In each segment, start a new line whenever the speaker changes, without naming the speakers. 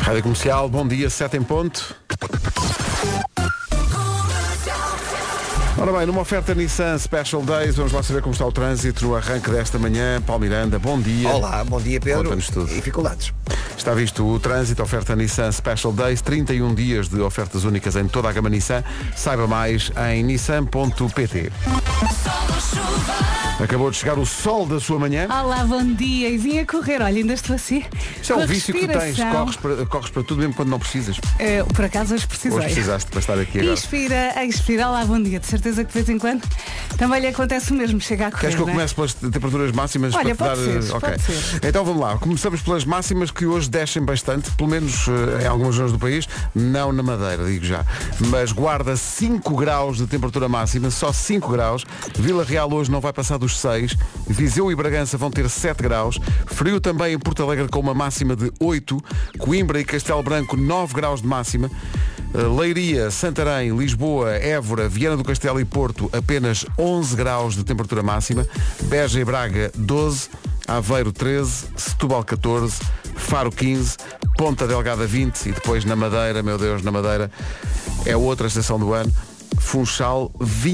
Rádio Comercial, bom dia, 7 em ponto. Ora bem, numa oferta Nissan Special Days, vamos lá saber como está o trânsito no arranque desta manhã. Paulo Miranda, bom dia.
Olá, bom dia Pedro.
Conta-nos tudo.
Dificuldades.
Está visto o trânsito, oferta Nissan Special Days, 31 dias de ofertas únicas em toda a gama Nissan. Saiba mais em nissan.pt. Acabou de chegar o sol da sua manhã.
Olá, bom dia. E vim a correr. Olha, ainda estou assim.
Isso é
com
um
a
vício que tu tens,
respiração.
corres para, corres para tudo mesmo quando não precisas.
Eh, por acaso hoje precisei.
Hoje é precisaste para estar aqui agora.
Inspira, expira. Olá, bom dia. De certeza que de vez em quando também lhe acontece o mesmo. Chega a correr.
Queres que eu
não é?
comece pelas temperaturas máximas?
Olha,
para te
pode
dar...
ser,
ok.
pode ser.
Então vamos lá. Começamos pelas máximas que hoje descem bastante, pelo menos eh, em algumas zonas do país, não na Madeira, digo já. Mas guarda 5 graus de temperatura máxima, só 5 graus. Vila Real hoje não vai passar dos 6. Viseu e Bragança vão ter 7 graus. Frio também em Porto Alegre com uma máxima de 8. Coimbra e Castelo Branco 9 graus de máxima. Eh, Leiria, Santarém, Lisboa, Évora, Viana do Castelo e Porto apenas 11 graus de temperatura máxima, Beja e Braga 12, Aveiro 13, Setúbal 14, Faro 15, Ponta Delgada 20 e depois na Madeira, meu Deus, na Madeira é outra estação do ano, Funchal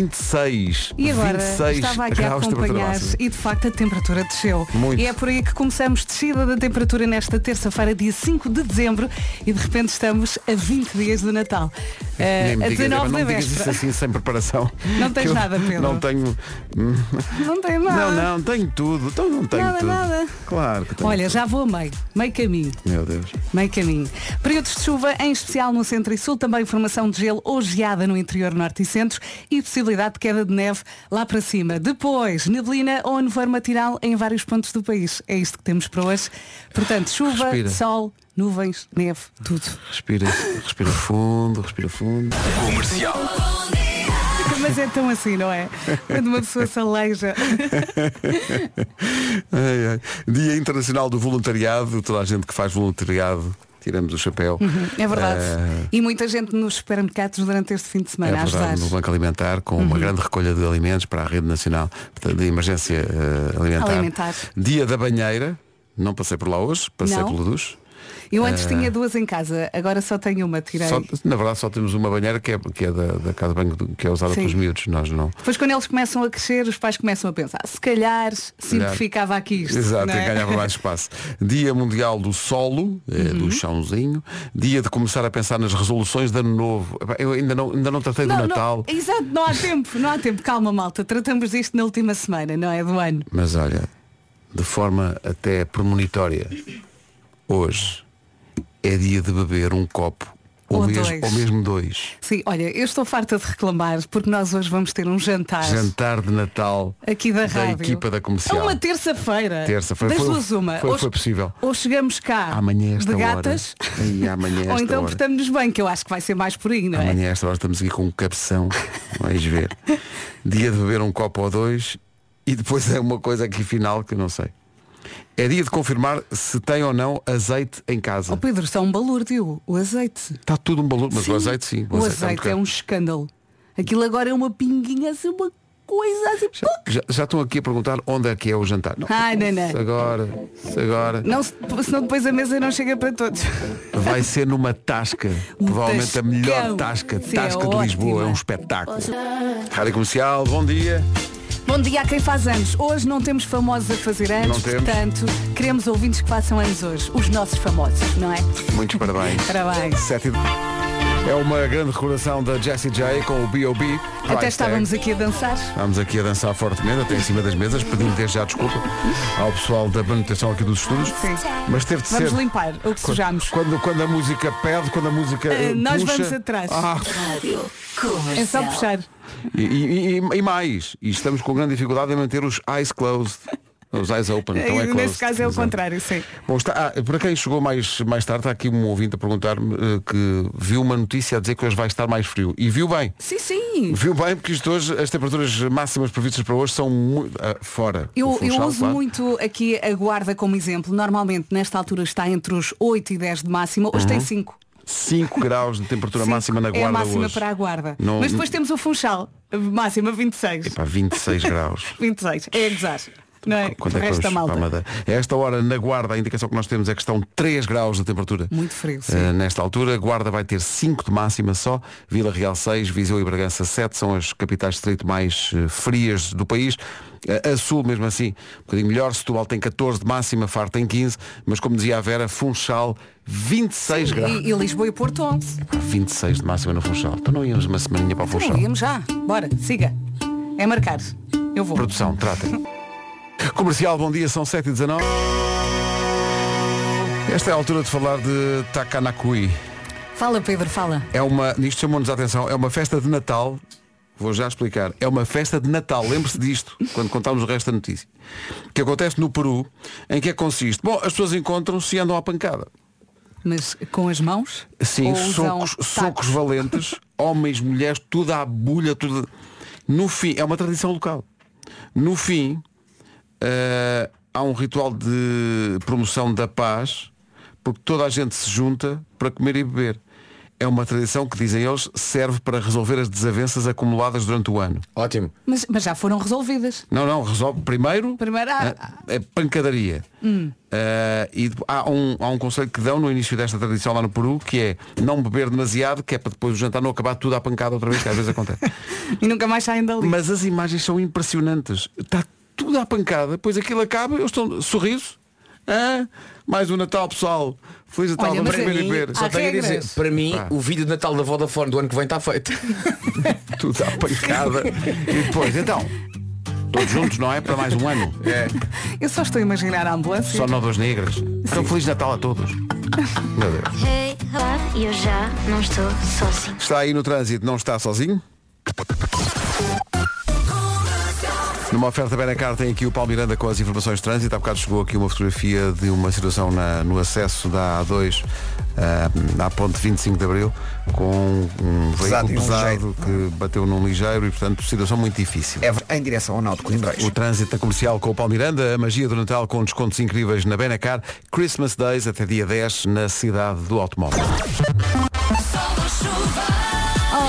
26.
E agora
26
estava aqui a
graus de temperatura
acompanhar
máxima.
e de facto a temperatura desceu.
Muito.
E é por aí que começamos descida da temperatura nesta terça-feira, dia 5 de dezembro, e de repente estamos a 20 dias do Natal. Eh,
Nem me
a
digas,
19
não
da
me digas isso
véspera.
assim sem preparação.
Não
que
tens
eu
nada, Pedro.
Não tenho. Hum,
Não tem nada.
Não, não, tenho tudo. Então não tenho
Nada,
tudo.
nada.
Claro que tenho.
Olha, já vou a meio, meio caminho.
Meu Deus.
Meio caminho. Períodos de chuva, em especial no centro e sul, também formação de gelo ou geada no interior norte e centro e possibilidade de queda de neve lá para cima. Depois, neblina ou nevoeiro matinal em vários pontos do país. É isto que temos para hoje. Portanto, chuva,
Respira.
sol, nuvens, neve, tudo.
Respira, respira fundo, respira fundo.
Mas é tão assim, não é? Quando uma pessoa se aleija.
Ai, ai. Dia Internacional do Voluntariado, toda a gente que faz voluntariado, tiramos o chapéu.
É verdade.
Eh,
E muita gente nos supermercados durante este fim de
é
semana a ajudar.
verdade, no Banco Alimentar, com
Uhum.
uma grande recolha de alimentos para a Rede Nacional de Emergência eh, alimentar.
Alimentar.
Dia da Banheira, não passei por lá hoje, passei
Não.
pelo Duche.
Eu antes
Eh,
tinha duas em casa, agora só tenho uma, tirei.
Só- na verdade só temos uma banheira que é, que é da, da Casa de Banho, do- que é usada
Sim.
pelos miúdos, nós não.
Depois quando eles começam a crescer, os pais começam a pensar, "Ah, se calhar simplificava aqui isto.
Exato,
não é?
e ganhava mais espaço. Dia Mundial do Solo, eh,
Uhum.
do chãozinho. Dia de começar a pensar nas resoluções de ano novo. Epá, Eu ainda não, ainda não tratei
Não,
do
não,
Natal.
exato, não há tempo, não há tempo. Calma malta, tratamos disto na última semana, não é? Do ano.
Mas olha, de forma até premonitória, hoje é dia de beber um copo. Ou,
Ou
mesmo,
dois.
ou mesmo dois.
Sim, olha, eu estou farta de reclamar porque nós hoje vamos ter um jantar
Jantar de Natal
aqui da,
da
rádio.
equipa da comercial.
É uma terça-feira.
Terça-feira.
Das
Foi-
duas uma.
foi-
ou,
foi possível.
Ou chegamos cá
Amanhã é esta
de gatas.
hora. Ai, amanhã é
ou
esta
então
hora.
portamos-nos bem, que eu acho que vai ser mais por aí, não é?
Amanhã a esta hora estamos aqui com um cabeção. Vais ver. Dia de beber um copo ou dois e depois é uma coisa aqui final que eu não sei. É dia de confirmar se tem ou não azeite em
Oh
casa.
Pedro, só um balúrdio, o azeite.
Está tudo um balão, mas
Sim.
o azeite sim.
O azeite é um escândalo. Aquilo agora é uma pinguinha, assim, uma coisa assim.
Já, já- já estão aqui a perguntar onde é que é o jantar. Não,
Ai, não, não.
se agora, se agora.
Não, se- senão depois a mesa não chega para todos.
Vai ser numa tasca.
Um
provavelmente a melhor
tascão.
tasca.
Sim, é
tasca de Lisboa.
ótima.
É um espetáculo. Rádio Comercial, bom dia.
Bom dia a quem faz anos. Hoje não temos famosos a fazer anos,
Não temos.
portanto, queremos ouvintes que façam anos hoje. Os nossos famosos, não é?
Muitos parabéns.
Parabéns.
Sete e- É uma grande recordação da Jessie J com o B.O.B. Price
Até
Tag.
estávamos aqui a dançar.
Estávamos aqui a dançar fortemente, até em cima das mesas, pedindo desde já desculpa ao pessoal da manutenção aqui dos estúdios.
Sim.
Mas teve de
Vamos
ser.
limpar o que sujámos.
Quando, quando a música pede, quando a música.
Eh,
eh,
nós
puxa-
vamos atrás.
Ah,
É só puxar.
e, e- e- e mais, e estamos com grande dificuldade em manter os eyes closed. Os eyes open. então é
Eh, Nesse
closed.
caso é o
Exato.
contrário, sim.
Bom, está, ah, para quem chegou mais, mais tarde, está aqui um ouvinte a perguntar-me eh, que viu uma notícia a dizer que hoje vai estar mais frio. E viu bem.
Sim, sim.
Viu bem, porque isto hoje, as temperaturas máximas previstas para hoje são muito. ah, fora.
Eu,
o Funchal,
eu uso
claro.
muito aqui a guarda como exemplo. Normalmente nesta altura está entre os 8 e 10 de máxima. Hoje tem 5.
5 graus de temperatura
Cinco
Uhum. máxima na
é a
guarda
máxima
hoje.
para a guarda.
Não-
Mas depois temos o Funchal, máxima 26.
Epá, 26 graus.
26, é a gozar. Não é?
Quanto é que
Resta
vamos
malta.
para a Madeira? A esta hora, na Guarda, a indicação que nós temos é que estão 3 graus de temperatura.
Muito frio, sim.
Eh, nesta altura, Guarda vai ter 5 de máxima só, Vila Real 6, Viseu e Bragança 7, são as capitais de distrito mais eh, frias do país. Eh, A Sul, mesmo assim, um bocadinho melhor, Setúbal tem 14 de máxima, Faro tem 15, mas como dizia a Vera, Funchal 26 graus.
E, e Lisboa e Porto 11.
26 de máxima no Funchal. Então não íamos uma semaninha para o Funchal.
Não, íamos já. Bora, siga. É marcar. Eu vou.
Produção, tratem. Comercial, bom dia, são 7 e 19 Esta é a altura de falar de Takanakui.
Fala, Pedro, fala.
É uma, nisto chamou-nos a atenção, é uma festa de Natal, vou já explicar, é uma festa de Natal, lembre-se disto, quando contarmos o resto da notícia, que acontece no Peru, em que é que consiste? Bom, as pessoas encontram-se e andam à pancada.
Mas com as mãos?
Sim,
Ou usam
socos,
tacos?
socos valentes, homens, mulheres, tudo à bulha, tudo. No fim, é uma tradição local. No fim, eh, há um ritual de promoção da paz, porque toda a gente se junta para comer e beber. É uma tradição que, dizem eles, serve para resolver as desavenças acumuladas durante o ano.
Ótimo.
Mas, mas já foram resolvidas.
Não, não, resolve primeiro.
Primeiro, ah, Hum.
ah, é pancadaria. Ah, e depo- há um, há um conselho que dão no início desta tradição lá no Peru, que é não beber demasiado, que é para depois do jantar não acabar tudo à pancada outra vez, que às vezes acontece.
E nunca mais saem dali.
Mas as imagens são impressionantes. Está tudo à pancada, depois aquilo acaba, eu estou sorriso. Hã? mais um Natal, pessoal. Feliz Natal,
Olha,
vamos
mas
comer
aí-
e beber.
Há
Só tenho
regras.
a dizer, para mim, o vídeo de Natal da Vodafone do ano que vem está feito.
Ah.
Tudo à pancada. e depois, então, todos juntos, não é? Para mais um ano.
Eu só estou a imaginar a ambulância.
Só novas negras. Então Feliz Natal a todos. Meu Deus.
Hey, olá, eu já não estou sozinho.
Está aí no trânsito, não está sozinho? Numa oferta Benacar tem aqui o Paulo Miranda com as informações de trânsito. Há bocado chegou aqui uma fotografia de uma situação na- no acesso da A2 ah, à ponte 25 de Abril com um
Pesado e
veículo
um
pesado
ligeiro.
que bateu num ligeiro e, portanto, situação muito difícil.
Évora, em direção ao Náutico Lindóis.
O trânsito da comercial com o Palmiranda, a magia do Natal com descontos incríveis na Benacar, Christmas Days até dia 10 na cidade do automóvel.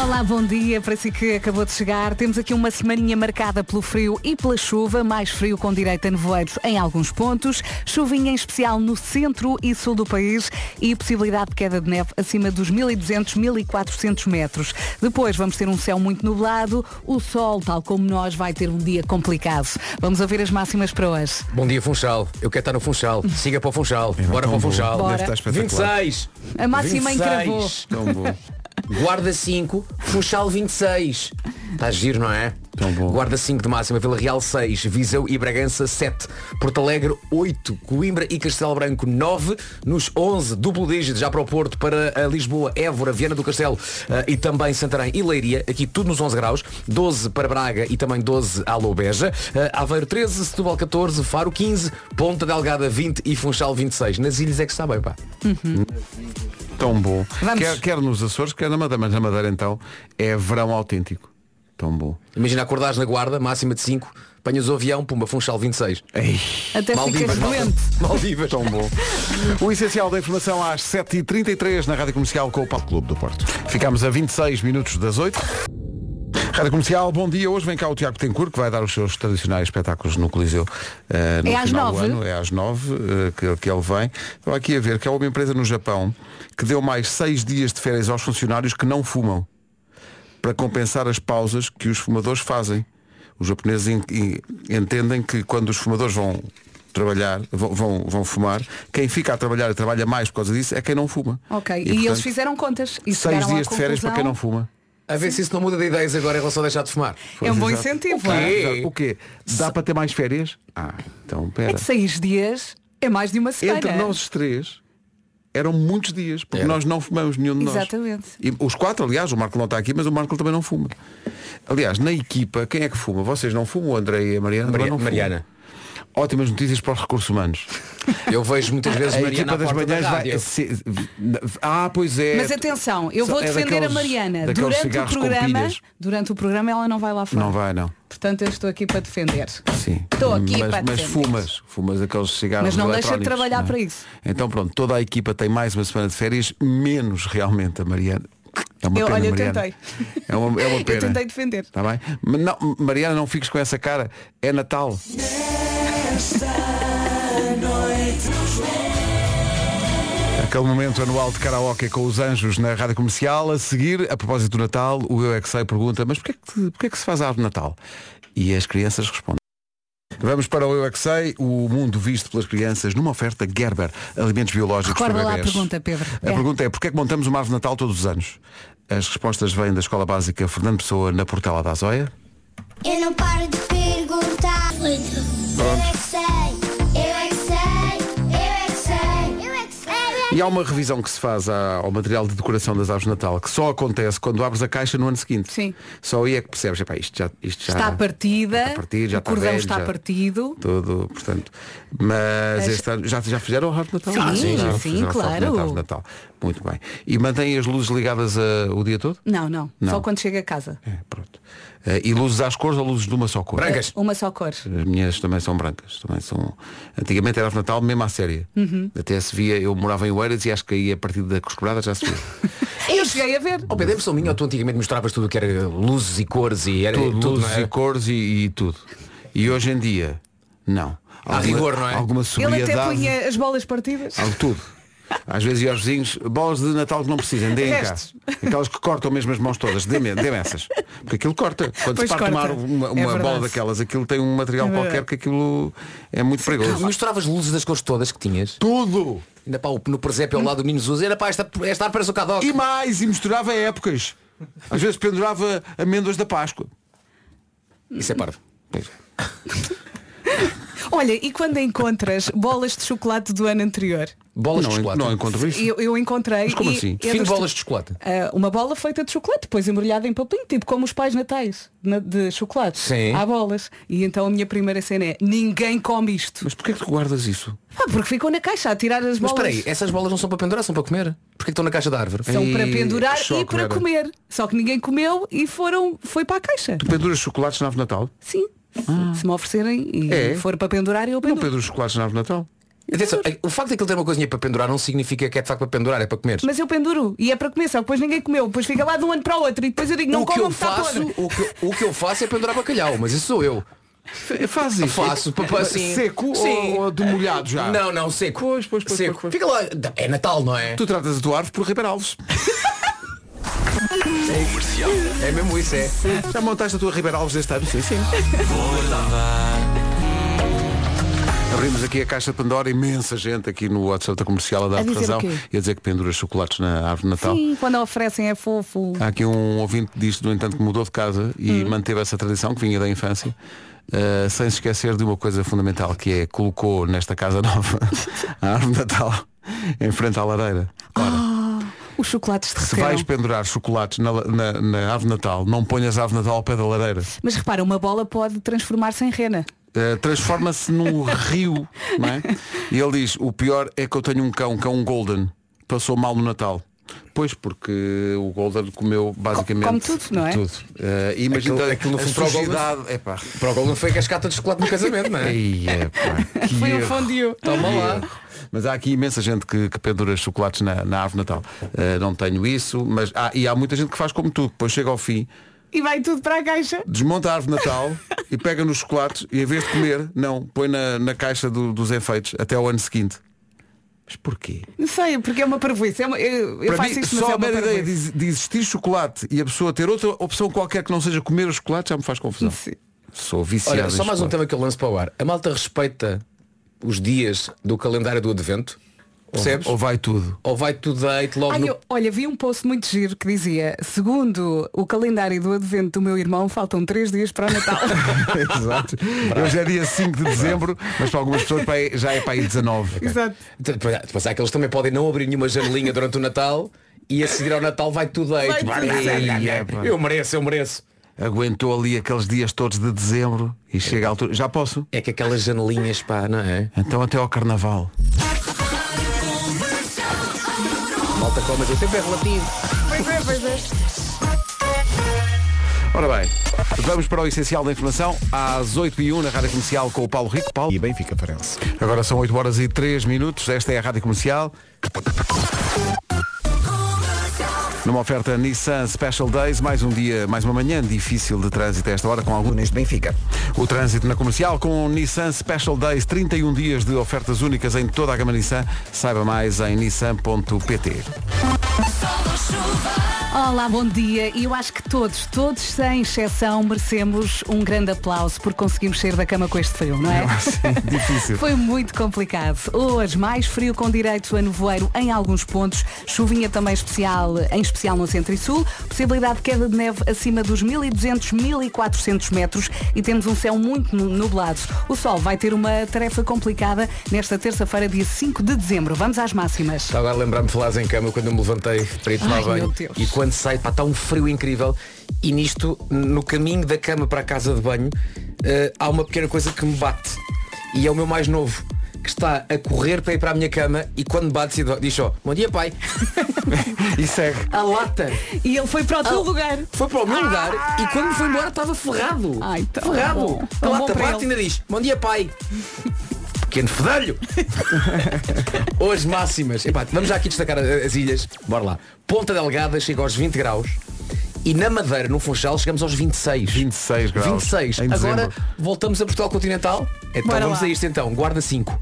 Olá, bom dia para si que acabou de chegar. Temos aqui uma semaninha marcada pelo frio e pela chuva, mais frio com direito a nevoeiros em alguns pontos, chuvinha em especial no centro e sul do país e possibilidade de queda de neve acima dos 1200, 1400 metros. Depois vamos ter um céu muito nublado, o sol, tal como nós, vai ter um dia complicado. Vamos ouvir as máximas para hoje.
Bom dia, Funchal. Eu quero estar no Funchal. Siga para o Funchal. Bora para o Funchal.
Bora.
Deve estar espetacular.
26.
A máxima
26.
encravou.
Tão bom.
Guarda 5, Funchal 26. Está giro, não é?
Tão bom.
Guarda 5 de máxima, Vila Real 6, Viseu e Bragança 7, Porto Alegre 8, Coimbra e Castelo Branco 9, nos 11, duplo dígito já para o Porto, para a Lisboa, Évora, Viana do Castelo eh, e também Santarém e Leiria, aqui tudo nos 11 graus, 12 para Braga e também 12 à Loubeja, eh, Aveiro 13, Setúbal 14, Faro 15, Ponta Delgada 20 e Funchal 26. Nas ilhas é que está bem, pá.
Tão bom.
Vamos.
Quer, quer nos Açores, quer na Madeira. Mas na Madeira então é verão autêntico. Tão bom.
Imagina acordares na guarda, máxima de 5, apanhas o avião, pumba, Funchal 26.
Ei,
Até ficas
Maldivas,
doente.
Maldivas.
tão bom. o essencial da informação às 7h33 na Rádio Comercial com o Palco Clube do Porto. Ficámos a 26 minutos das 8. Rádio Comercial, bom dia. Hoje vem cá o Tiago Tencourt, que vai dar os seus tradicionais espetáculos no Coliseu eh, no
É às
final do
nove?
ano. É às 9 que, que ele vem. Estava aqui a ver que há uma empresa no Japão que deu mais seis dias de férias aos funcionários que não fumam. para compensar as pausas que os fumadores fazem. Os japoneses en- en- entendem que quando os fumadores vão trabalhar, vão, vão, vão fumar, quem fica a trabalhar e trabalha mais por causa disso é quem não fuma.
Ok, e,
portanto,
eles fizeram contas. E
seis
chegaram à
dias de férias para quem
conclusão-
não fuma.
A ver se isso não muda de ideias agora em relação a deixar de fumar.
É um bom
Exato.
incentivo.
Ok.
não é?
Ei.
Ah, O quê? Dá para ter mais férias? Ah, então
É
pera.
que seis dias é mais de uma semana.
Entre nós os três eram muitos dias, porque
Era.
nós não fumamos nenhum de nós.
Exatamente.
E os quatro, aliás, o Marco não está aqui, mas o Marco também não fuma. Aliás, na equipa, quem é que fuma? Vocês não fumam, o André e a Mariana?
Maria-
também não fumam.
Mariana.
Ótimas notícias para os recursos humanos.
Eu vejo muitas vezes
a
Mariana
equipa
à
das
porta da
manhãs vai.
rádio.
se- Ah, pois é.
Mas atenção, eu vou
É
defender
daqueles-
a Mariana.
daqueles
Durante o
cigarros com
programa,
pilhas.
durante o programa ela não vai lá fora.
Não vai, não.
Portanto, eu estou aqui para defender.
Sim.
Estou aqui
mas,
para
mas
defender.
fumas, fumas aqueles cigarros.
Mas não deixa de
eletrónicos,
trabalhar
não é?
para isso.
Então pronto, toda a equipa tem mais uma semana de férias, menos realmente a Mariana. É uma
Eu-
pena,
olha, eu
Mariana.
tentei.
É uma, é uma
Eu
pena. Tá
tentei defender.
Está bem? Mas não, Mariana, não fiques com essa cara. É Natal. Aquele momento anual de karaoke com os anjos na rádio comercial. A seguir, a propósito do Natal, o Eu é que Sei pergunta, mas porquê que, porquê que se faz a árvore de Natal? E as crianças respondem. Vamos para o Eu é que Sei, o mundo visto pelas crianças, numa oferta Gerber, alimentos biológicos
Recorda
para
lá a
bebés.
pergunta, Pedro.
A
É.
pergunta é, porquê é que montamos uma árvore de Natal todos os anos? As respostas vêm da Escola Básica Fernando Pessoa, na Portela da Azóia.
Eu não paro de perguntar. Eu é que sei, eu é que sei, eu é que sei, eu é que sei.
E há uma revisão que se faz à- ao material de decoração das árvores de Natal que só acontece quando abres a caixa no ano seguinte.
Sim.
Só aí é que percebes, epá, isto já, isto já
Está partida,
está partido, já
o
está
cordão
velho,
está
já-
partido.
Tudo, portanto. Mas
As-
este ano já, já fizeram a árvore de Natal?
Sim,
Ah, já
sim,
fizeram a foto
claro.
da árvore de Natal. Muito bem. E mantêm as luzes ligadas ah, o dia todo?
Não, não,
Não.
Só quando chega a casa.
É, pronto. Ah, e luzes às cores ou luzes de uma só cor?
Brancas.
Uma só cor.
As minhas Eh, também são brancas. Também são... Antigamente era Natal mesmo à séria.
Uhum.
Até se via, eu morava em Oeiras e acho que aí a partir da Cruz Quebrada já se via. Eh,
Eu cheguei a ver.
Ó Pedro, é impressão minha, ou tu antigamente mostravas tudo o que era luzes e cores e era
tudo,
tudo, não
luzes
é?
e cores e, e tudo. E hoje em dia, não.
Há rigor, não é?
Alguma
Ele
sobriedade. Ah.
até punha as bolas partidas.
Algo tudo. Às vezes ia aos vizinhos, bolas de Natal que não precisam, deem cá.
Restos.
Aquelas que cortam mesmo as mãos todas, dê-me dê-me essas. Porque aquilo corta. Quando
Pois
se parte uma,
corta.
uma,
É
uma
verdade.
bola daquelas, aquilo tem um material
É verdade.
qualquer que aquilo é muito
Tu
perigoso.
Misturavas luzes das cores todas que tinhas.
Tudo!
Ainda pá, o- no presépio ao lado do Nino Zuz, era pá, esta, esta parece o Cadoc.
E mais, e misturava épocas. Às vezes pendurava amêndoas da Páscoa.
Isso é parvo.
Pois é.
Olha, e quando encontras bolas de chocolate do ano anterior?
Bolas
não,
de
en-
chocolate.
não encontro isso.
Eu, eu encontrei.
como
e
assim?
é
Fim de
dos-
bolas de chocolate.
Ah, uma bola feita de chocolate, depois embrulhada em papelinho, tipo como os pais natais na- de chocolate.
Sim.
Há bolas. E então a minha primeira cena é, ninguém come isto.
Mas porquê que tu guardas isso?
Ah, porque ficou na caixa a tirar as
Mas
bolas.
espera aí, essas bolas não são para pendurar, são para comer. Porquê que estão na caixa da árvore?
São
Ei,
para pendurar
eh, choque,
e para
Vera.
comer. Só que ninguém comeu e foram, foi para a caixa.
Tu penduras chocolates na árvore de Natal?
Sim. Se- Se me oferecerem e
É?
for para pendurar, eu
Não
penduro.
penduras chocolates na árvore de Natal?
Atenção, é, o facto de aquilo ter uma coisinha para pendurar não significa que é de facto para pendurar, é para comer.
Mas eu penduro e é para comer, só que depois ninguém comeu. Depois fica lá de um ano para o outro e depois eu digo, não
o que
comam
eu
que está
faço,
podre.
o que, o que eu faço é pendurar bacalhau, mas isso sou eu.
F- Faz isso.
Faço, papá, assim.
Seco ou-
Sim.
Ou, de molhado já?
Não, não, seco.
Pois, pois, pois,
seco.
pois, pois.
Fica lá. É Natal, não é?
Tu tratas a tua árvore por Ribeiro Alves.
É mesmo isso, é.
Já montaste a tua Ribeiro Alves deste ano? Sim, sim. Abrimos aqui a caixa de Pandora, imensa gente aqui no WhatsApp da comercial a dar
A dizer
razão
o quê?
e a dizer que pendura chocolates na árvore de Natal.
Sim, quando oferecem é fofo.
Há aqui um ouvinte que diz, no entanto, que mudou de casa e manteve essa tradição que vinha da infância, eh, sem se esquecer de uma coisa fundamental, que é colocou nesta casa nova a árvore de Natal em frente à lareira. Ora,
Os chocolates
se
derreteram.
vais pendurar chocolates na, na, na árvore de Natal, não ponhas a árvore de Natal ao pé da lareira.
Mas repara, uma bola pode transformar-se em rena.
Uh, transforma-se num rio, não é? E ele diz, o pior é que eu tenho um cão, um cão golden, passou mal no Natal. Pois, porque o Golden comeu basicamente
come tudo, não é?
tudo. Uh, imagina
Aquilo- aquilo no
a
fundo para o Golden-
sujidade. Epá.
Para o Golden foi a cascata de chocolate no casamento, não é?
Ei, epá, que
Foi um
erro.
fondue.
Toma lá.
Mas há aqui imensa gente que, que pendura chocolates na, na árvore de Natal. Uh, não tenho isso, mas há, e há muita gente que faz como tu, que depois chega ao fim,
E vai tudo para a caixa.
desmonta a árvore de Natal e pega nos chocolates e em vez de comer, não, põe na, na caixa do- dos enfeites até ao ano seguinte. Mas porquê?
Não sei, porque é uma parvoíce. É uma- eu eu
Para
faço
mim,
isto, mas
só
é
a
uma
mera ideia
parvoíce.
de, de existir chocolate e a pessoa ter outra opção qualquer que não seja comer o chocolate já me faz confusão.
Sim.
Sou viciado.
Olha,
em
só mais um
chocolate.
tema que eu lanço para o ar. A malta respeita os dias do calendário do advento. Percebes?
Ou, ou
Ou,
vai tudo.
vai tudo deito logo
Ai,
no...
eu- olha, vi um post muito giro que dizia Segundo o calendário do advento do meu irmão Faltam três dias para o Natal
Exato. Hoje é dia 5 de dezembro, mas para algumas pessoas para aí- já é para aí 19.
Exato
Depois depois Então, há aqueles que também podem não abrir nenhuma janelinha durante o Natal e a seguir ao Natal vai tudo Tipo, deito.
Vai tudo
deito.
eu mereço, eu mereço.
Aguentou ali aqueles dias todos de dezembro e chega à altura. Já posso?
É que aquelas janelinhas, pá, não é?
Então até ao carnaval.
Malta come, mas o tempo é relativo.
Ora bem, vamos para o essencial da informação às 8 e 1 na Rádio Comercial com o Paulo Rico. Paulo. E Benfica Farense. Agora são 8 horas e 3 minutos. Esta é a Rádio Comercial. Numa Numa oferta Nissan Special Days, mais um dia, mais uma manhã difícil de trânsito a esta hora, com algum
Nunes de Benfica.
O trânsito na comercial com o Nissan Special Days, 31 dias de ofertas únicas em toda a gama Nissan. Saiba mais em nissan.pt.
Olá, bom dia. E eu acho que todos, todos sem exceção, merecemos um grande aplauso por conseguirmos sair da cama com este frio, não é?
Sim, difícil.
Foi muito complicado. Hoje, mais frio com direito a nevoeiro em alguns pontos. Chuvinha também especial, em especial no centro e sul. Possibilidade de queda de neve acima dos 1200, 1400 metros. E temos um céu muito nu- nublado. O sol vai ter uma tarefa complicada nesta terça-feira, dia 5 de dezembro. Vamos às máximas.
Está agora a lembrar-me de falares em cama quando eu me levantei para ir tomar
Ai,
banho.
meu Deus.
E quando saio, pá, está um frio incrível. E nisto, no caminho da cama para a casa de banho, eh, há uma pequena coisa que me bate. E é o meu mais novo, que está a correr para ir para a minha cama e quando bate se diz só, bom dia pai.
E segue.
A lata
E ele foi para o teu lugar.
foi para o meu lugar e quando foi embora estava ferrado.
Ai, tão bom.
ferrado. A
Tão bom
lata
para
bate e
ele.
ainda diz, bom dia pai. Pequeno fedelho! Hoje máximas. Epá, vamos já aqui destacar a- as ilhas. Bora lá. Ponta Delgada chega aos 20 graus. E na Madeira, no Funchal, chegamos aos 26.
26 graus.
26.
Em
Agora
dezembro.
voltamos a Portugal Continental. Então
Bora
vamos
lá.
a isto então. Guarda 5.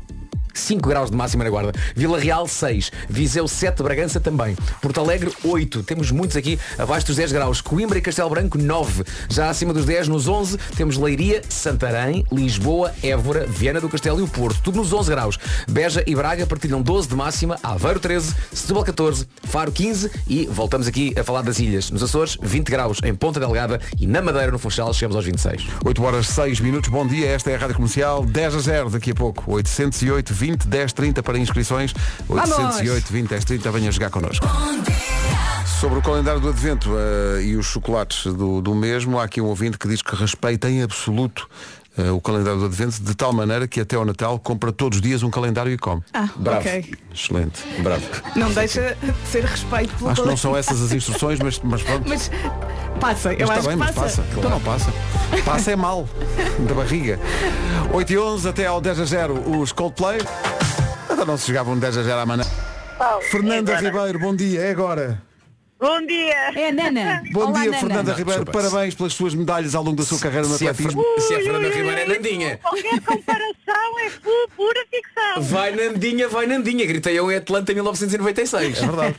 5 graus de máxima na guarda. Vila Real 6. Viseu 7. Bragança também. Porto Alegre 8. Temos muitos aqui abaixo dos 10 graus. Coimbra e Castelo Branco 9. Já acima dos 10 nos 11 temos Leiria, Santarém, Lisboa, Évora, Viana do Castelo e o Porto. Tudo nos 11 graus. Beja e Braga partilham 12 de máxima. Aveiro 13. Setúbal 14. Faro 15. E voltamos aqui a falar das ilhas. Nos Açores 20 graus em Ponta Delgada e na Madeira no Funchal chegamos aos 26.
8 horas 6 minutos, bom dia, esta é a Rádio Comercial 10 a 0 daqui a pouco, 808 20 10 30 para inscrições 808 20 10 30, venha jogar connosco Sobre o calendário do advento eh, e os chocolates do, do mesmo, há aqui um ouvinte que diz que respeita em absoluto eh, o calendário do advento, de tal maneira que até ao Natal compra todos os dias um calendário e come
Ah,
Bravo.
ok.
Excelente
Bravo.
Não deixa de ser respeito pelo
Acho que não
colega.
são essas as instruções, mas, mas pronto
Mas passa, eu
mas
acho
está bem,
que
mas
passa.
passa. Então não passa. Passa é mal. Da barriga. 8 e 11 até ao 10 a 0 os Coldplay. Ainda não se jogavam 10 a 0 à manhã. Fernanda Ribeiro, bom dia. É agora.
Bom dia!
É a Nana.
Bom
Olá,
dia,
Nana.
Fernanda Ribeiro.
desculpa.
Parabéns pelas suas medalhas ao longo da sua carreira no
Se é, Fer-
atletismo.
se é
Ui,
Fernanda
ui, ui,
Ribeiro é
ui,
Nandinha.
Qualquer comparação é pu- pura ficção.
Vai Nandinha, vai Nandinha. Gritei eu em Atlanta em 1996.
É verdade.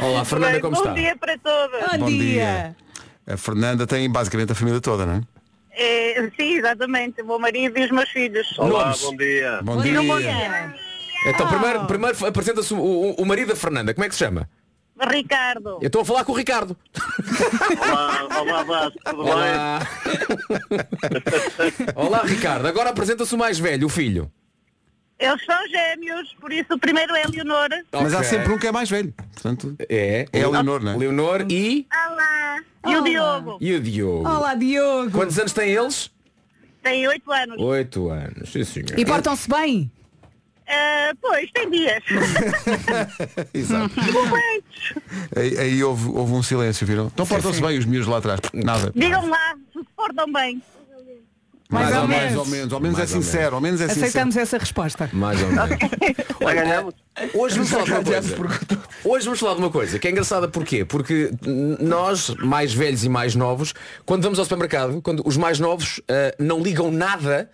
Olá Fernanda,
Bem,
como
bom
está?
dia para todos.
Bom,
Bom dia.
dia.
A Fernanda tem basicamente a família toda, não é?
É, sim, exatamente. O meu marido e os meus filhos.
Olá,
Nomes.
bom dia.
Bom
Bom dia.
Então primeiro, primeiro apresenta-se o, o- o marido da Fernanda. Como é que se chama?
Ricardo.
Eu estou a falar com o Ricardo.
Olá, olá Vasco, tudo bem?
Olá. Olá Ricardo. Agora apresenta-se o mais velho, o filho.
Eles são gêmeos, por isso o primeiro é Leonor.
Mas há
Ok.
sempre um que é mais velho. Portanto,
É.
É a Leonor, não é?
Leonor e...
Olá. E o
Olá.
Diogo
E o Diogo.
Olá, Diogo.
Quantos anos têm eles?
tem oito anos.
Oito anos. Sim, senhor.
E portam-se bem?
Ah, pois, tem dias.
exato.
Momentos.
Aí, aí houve, houve um silêncio, viram? Então portam-se bem os miúdos lá atrás. Nada.
Digam lá se se portam bem.
Mais,
ou
ou,
menos.
mais ou menos. Ao menos
Mais
é
ou menos.
sincero. Ao menos é sincero.
Aceitamos essa resposta.
Mais ou menos.
Já ganhamos?
Hoje vamos falar de uma coisa. Hoje vamos falar de uma coisa que é engraçada porquê? Porque n- nós, mais velhos e mais novos, quando vamos ao supermercado, quando os mais novos ah, não ligam nada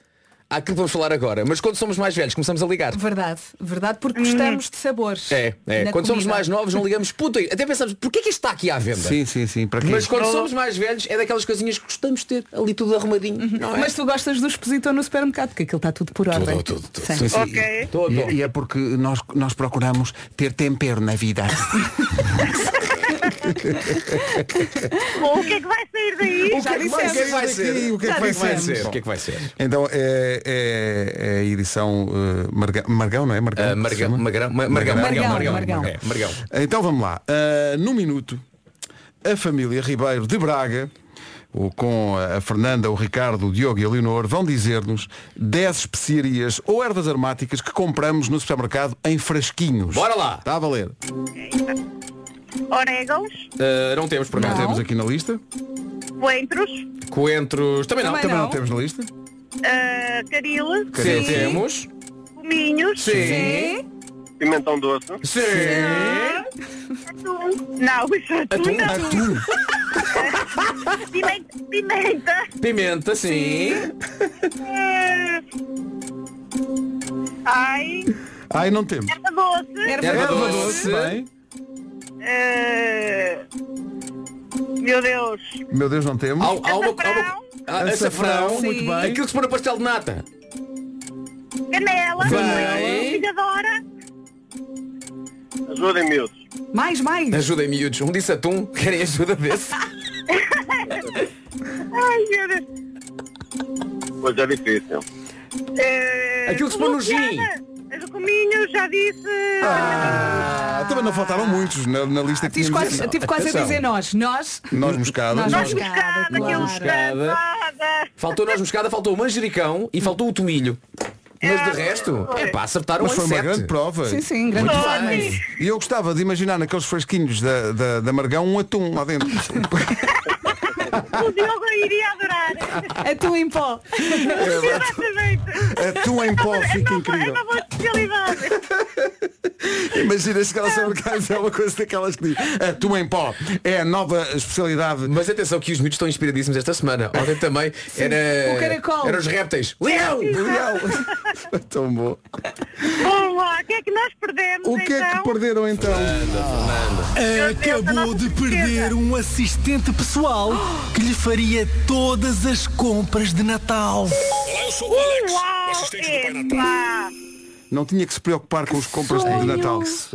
àquilo que vamos falar agora. Mas quando somos mais velhos começamos a ligar.
Verdade, verdade, porque gostamos de sabores.
É, é.
Na
Quando somos
comida.
mais novos não ligamos puta. Até pensamos, porquê que isto está aqui à venda?
Sim, sim, sim. Para quê?
Mas quando somos mais velhos é daquelas coisinhas que gostamos de ter ali tudo arrumadinho. Não é?
Uhum. Mas tu gostas do expositor no supermercado, porque aquilo está tudo por ordem.
tudo, tudo.
Sim.
Sim, sim.
Ok.
Tô, tô.
E, e é porque nós, nós procuramos ter tempero na vida. é
Bom, o que é que vai sair daí?
O que é que vai- o que é que vai ser?
O que é que
Já
vai
dissemos.
ser?
O que é que vai ser?
Então é, é, é a edição eh, Marga- Margão, não é? Margão.
Ah,
que se
Margão,
chama?
Margão, Ma- Margão,
Margão,
Margão,
Margão.
Margão. É, Margão.
Então vamos lá. Ah, no minuto, a família Ribeiro de Braga, o- com a Fernanda, o Ricardo, o Diogo e a Leonor, vão dizer-nos 10 especiarias ou ervas aromáticas que compramos no supermercado em frasquinhos.
Bora lá.
Está a valer.
Orégãos,
Ah, não temos por
Não
acaso.
temos aqui na lista.
coentros,
Coentros. Também não.
Também
Também não
Não.
temos na lista.
ah, caril,
Sim, temos.
cominhos,
É?
Sim.
Pimentão doce.
Sim.
Atum. Não, isso é atum não.
Atum.
Pimenta. Pimenta.
Pimenta, sim.
Eh, Ai,
Ai, não temos.
erva doce.
Erva
Erva
doce.
bem.
Eh, Meu Deus.
Meu Deus, não temos.
Há, há uma, há uma-
Açafrão.
Ah,
Açafrão,
açafrão.
muito
Sim.
bem.
Aquilo que se põe no pastel de nata.
Canela.
Bem.
Ligadora.
Ajudem, miúdos.
Mais, mais.
Ajudem miúdos. Um disse atum, querem ajuda desse.
Ai, meu Deus.
Pois é difícil.
Eh,
Aquilo que se põe no gin.
colombiana. Cominho, já disse.
Ah, também não faltaram muitos na, na lista que
Tive
tínhamos
quase,
aqui.
tive quase a
Atenção.
dizer nós. Nós.
Nós moscadas.
Nós
Nós
moscadas.
buscada, é um
claro.
aquele
Moscada.
buscada.
Faltou nós moscada, faltou o manjericão e faltou o tomilho. Mas de resto, é pá, acertaram
Mas
em
foi uma
sete.
grande prova.
Sim, sim, grande
Nós.
fome.
E eu gostava de imaginar naqueles fresquinhos da, da, da Margão um atum lá dentro.
O Diogo iria adorar.
Atum em pó.
É
Exatamente.
atum em pó fica
É
incrível.
uma boa especialidade.
Imagina se ela sabe que é uma coisa daquelas que diz. Atum em pó é a nova especialidade.
Mas atenção que os miúdos estão inspiradíssimos esta semana. Ontem também era.
o caracol.
Era os répteis. Leão!
Legal. Tão bom.
Bom lá, o que é que nós perdemos
O que
então?
é que perderam então?
Acabou de perder um assistente pessoal que lhe faria todas as compras de Natal.
Uau, epá.
Não tinha que se preocupar com os compras de Natal.
ah!
Pois,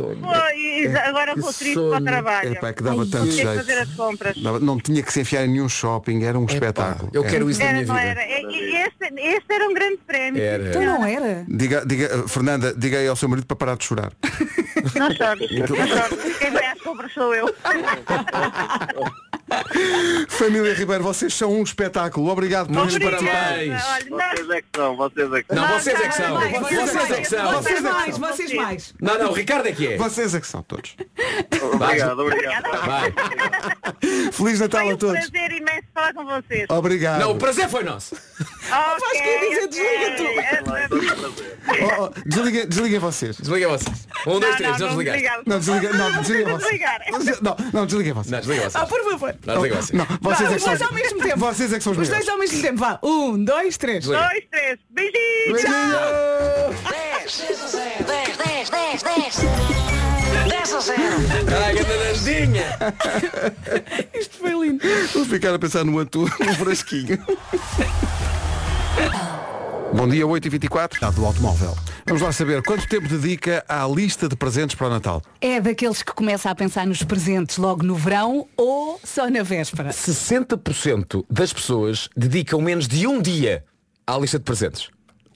agora vou triste para o trabalho.
É, Epá, é que dava
Vou
tanto
ter que fazer
jeito.
as compras.
Dava- Não tinha que se enfiar em nenhum shopping, era um espetáculo. É.
Eu
Era.
quero isso na
Era,
minha
não
vida.
era. E- e- Este, este era um grande prémio. é.
Era.
Então não era.
Diga, diga, eh, Fernanda, diga aí ao seu marido para parar de chorar.
Não chores, não chores. Quem vai às compras sou eu.
Família Ribeiro, vocês são um espetáculo. Obrigado por
Muitos
terem participado.
parabéns.
Olha, nós-
Vocês é que são, vocês é que
Não,
são.
vocês é que são.
Mais, mais,
Vocês é que são.
Vocês mais, vocês mais.
Não, não, o Ricardo é que é.
Vocês é que são todos.
Obrigado, obrigado.
Vai.
Feliz Natal
Foi
a
um
todos. Oh,
prazer imenso falar com vocês.
Obrigado.
Não, o prazer foi nosso.
Faz
que eu ia dizer,
Oh, oh, desliguem, desliguem vocês.
Desliguem vocês. Um, dois, três, já desligaste.
Não, desliguem, não, desliguem vocês.
desligar.
Não, não, desliguem vocês.
Não, desliguem
Ah,
vocês.
por favor.
Não, desliguem vocês.
Não, vocês
Vá,
é
os
que são.
dois ao mesmo tempo.
Vocês é que são os
Os
melhores.
dois ao mesmo tempo, vá. Um, dois, três.
Desliga.
Dois, três, beijinhos.
Ai, grande Nandinha.
Isto foi lindo.
Vou ficar a pensar no atum, no frasquinho. Bom dia, 8h24. do automóvel. Vamos lá saber quanto tempo dedica à lista de presentes para o Natal.
É daqueles que começa a pensar nos presentes logo no verão ou só na véspera.
60% das pessoas dedicam menos de um dia à lista de presentes.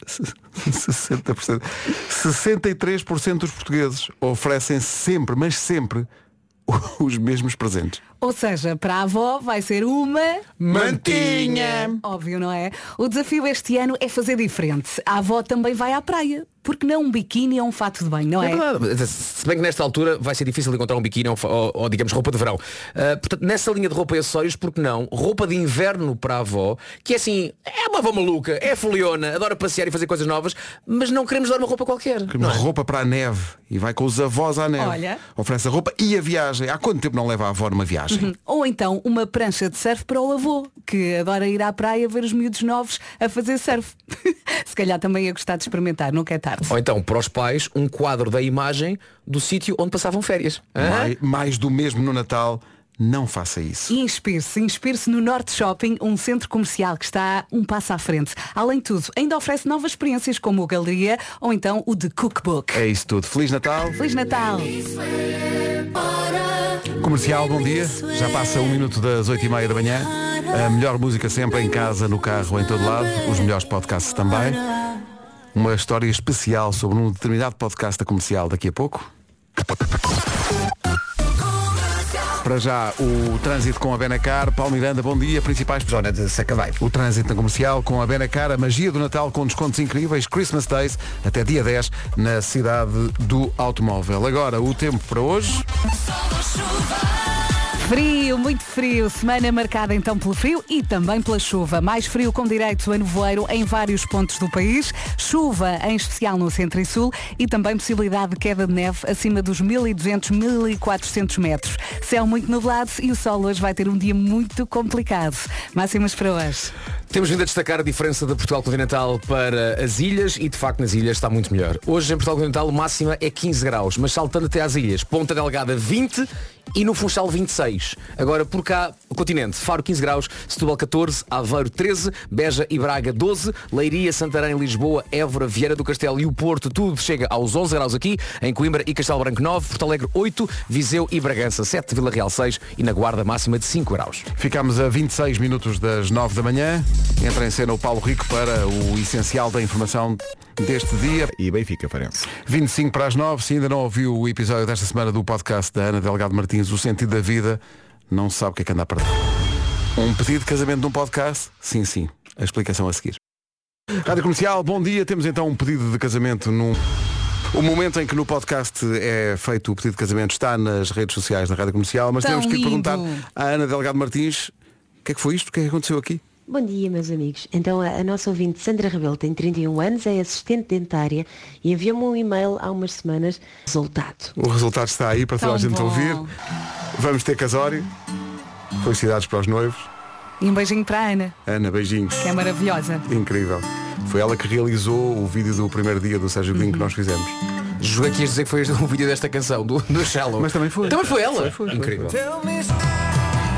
60%. 63% dos portugueses oferecem sempre, mas sempre, os mesmos presentes.
Ou seja, para a avó vai ser uma
Mantinha.
Óbvio, não é? O desafio este ano é fazer diferente. A avó também vai à praia. Porque não um biquíni ou um fato de banho, não
É
é?
verdade. Se bem que nesta altura vai ser difícil encontrar um biquíni ou, ou- ou, digamos roupa de verão. Ah, portanto, nessa linha de roupa e acessórios, porque não? Roupa de inverno para a avó, que é assim, é uma avó maluca, é foliona, adora passear e fazer coisas novas, mas não queremos dar uma roupa qualquer. é?
Uma roupa para a neve e vai com os avós à neve.
Olha.
Oferece a roupa e a viagem. Há quanto tempo não leva a avó numa viagem?
Ou então uma prancha de surf para o avô, que adora ir à praia ver os miúdos novos a fazer surf. Se calhar também ia gostar de experimentar, nunca é tarde.
Ou então, para os pais, um quadro da imagem do sítio onde passavam férias. Hã?
Mai- mais do mesmo no Natal. Não faça isso.
E Inspire-se, inspire-se no Norte Shopping, um centro comercial que está um passo à frente. Além de tudo, ainda oferece novas experiências como o Galeria ou então o The Cookbook.
É isso tudo. Feliz Natal.
Feliz Natal!
Comercial, bom dia. Já passa um minuto das oito e meia da manhã. A melhor música sempre em casa, no carro, em todo lado. Os melhores podcasts também. Uma história especial sobre um determinado podcast da comercial daqui a pouco. Para já, o trânsito com a Benacar. Paulo Miranda, bom dia. Principais
Zona de Sacavém.
O trânsito na comercial com a Benacar, a magia do Natal com descontos incríveis, Christmas Days, até dia 10, na cidade do automóvel. Agora, o tempo para hoje.
Frio, muito frio. Semana marcada então pelo frio e também pela chuva. Mais frio com direito a nevoeiro em vários pontos do país. Chuva, em especial no centro e sul. E também possibilidade de queda de neve acima dos 1200, 1400 metros. Céu muito nublado e o sol hoje vai ter um dia muito complicado. Máximas para hoje.
Temos vindo a destacar a diferença da Portugal Continental para as ilhas e de facto nas ilhas está muito melhor. Hoje em Portugal Continental o máxima é 15 graus, mas saltando até às ilhas, Ponta Delgada 20 e no Funchal 26. Agora por cá, o continente, Faro 15 graus, Setúbal 14, Aveiro 13, Beja e Braga 12, Leiria, Santarém, Lisboa, Évora, Vieira do Castelo e o Porto, tudo chega aos 11 graus aqui, em Coimbra e Castelo Branco 9, Porto Alegre 8, Viseu e Bragança 7, Vila Real 6 e na Guarda máxima de 5 graus.
Ficámos a 26 minutos das 9 da manhã. Entra em cena o Paulo Rico para o essencial da informação deste dia.
E Benfica, Farense.
25 para as 9. Se ainda não ouviu o episódio desta semana do podcast da Ana Delgado Martins, O Sentido da Vida, não sabe o que é que anda a perder. Um pedido de casamento num podcast? Sim, sim. A explicação a seguir. Rádio Comercial, bom dia. Temos então um pedido de casamento num. O momento em que no podcast é feito o pedido de casamento está nas redes sociais da Rádio Comercial, mas
Tão
temos que ir
lindo.
perguntar à Ana Delgado Martins o que é que foi isto? O que é que aconteceu aqui?
Bom dia, meus amigos. Então, a, a nossa ouvinte Sandra Rebelo tem 31 anos, é assistente dentária e enviou-me um e-mail há umas semanas. Resultado.
O resultado está aí para toda a
Tão
gente
bom.
ouvir. Vamos ter casório. Felicidades para os noivos.
E um beijinho para a Ana,
Ana, beijinhos.
que é maravilhosa.
Incrível. Foi ela que realizou o vídeo do primeiro dia do Sérgio Godinho que nós fizemos.
Joguei que ias dizer que foi um vídeo desta canção, do, do Shallow.
Mas também foi.
Também foi ela. Incrível.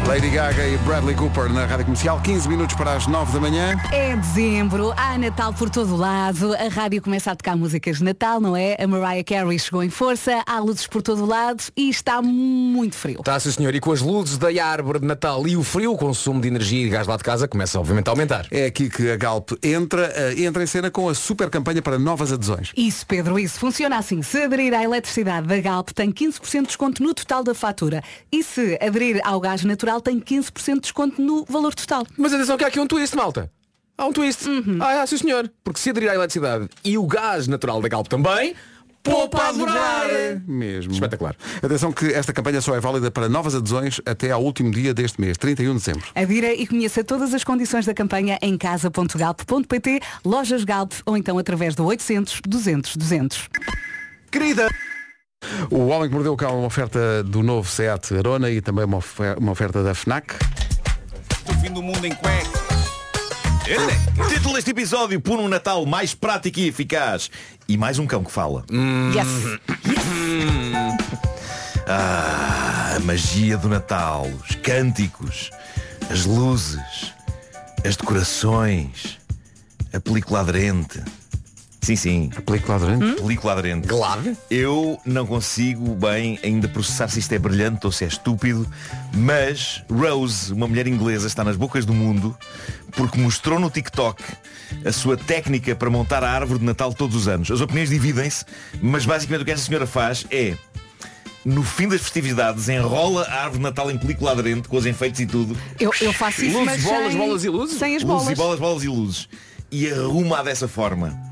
Lady Gaga e Bradley Cooper na Rádio Comercial, 15 minutos para as 9 da manhã.
É dezembro, há Natal por todo o lado, a rádio começa a tocar músicas de Natal, não é? A Mariah Carey chegou em força, há luzes por todo o lado e está muito frio.
Está Tá, sim senhor, e com as luzes da árvore de Natal e o frio, o consumo de energia e gás lá de casa começa obviamente a aumentar.
É aqui que a Galp entra, eh, entra em cena com a super campanha para novas adesões.
Isso, Pedro, isso. Funciona assim. Se aderir à eletricidade da Galp, tem 15% de desconto no total da fatura. E se aderir ao gás natural, tem 15% de desconto no valor total.
Mas atenção que há aqui um twist, malta. Há um twist. Ah, é, sim senhor. Porque se aderir à eletricidade e o gás natural da Galp também, poupa a adorar.
É Mesmo.
Espetacular.
Atenção que esta campanha só é válida para novas adesões até ao último dia deste mês, 31 de dezembro.
Adira e conheça todas as condições da campanha em casa.galp.pt, lojas Galp ou então através do 800 200 200.
Querida! O Homem que Mordeu o Cão é uma oferta do novo Seat Arona e também uma, ofer- uma oferta da FNAC.
O fim do mundo em cueca. Título deste episódio por um Natal mais prático e eficaz. E mais um cão que fala.
Yes.
Ah, a magia do Natal, os cânticos, as luzes, as decorações, a película aderente. Sim, sim,
Película adorante.
película aderente.
Glad.
Eu não consigo bem ainda processar se isto é brilhante ou se é estúpido, mas Rose, uma mulher inglesa, está nas bocas do mundo porque mostrou no TikTok a sua técnica para montar a árvore de Natal todos os anos. As opiniões dividem-se, mas basicamente o que esta senhora faz é no fim das festividades, enrola a árvore de Natal em película aderente, com os enfeites e tudo.
Eu, eu faço isso,
Luzes,
mas
bolas,
sem,
bolas e luzes?
sem as
luzes
bolas.
e bolas, bolas e luzes. E arruma dessa forma.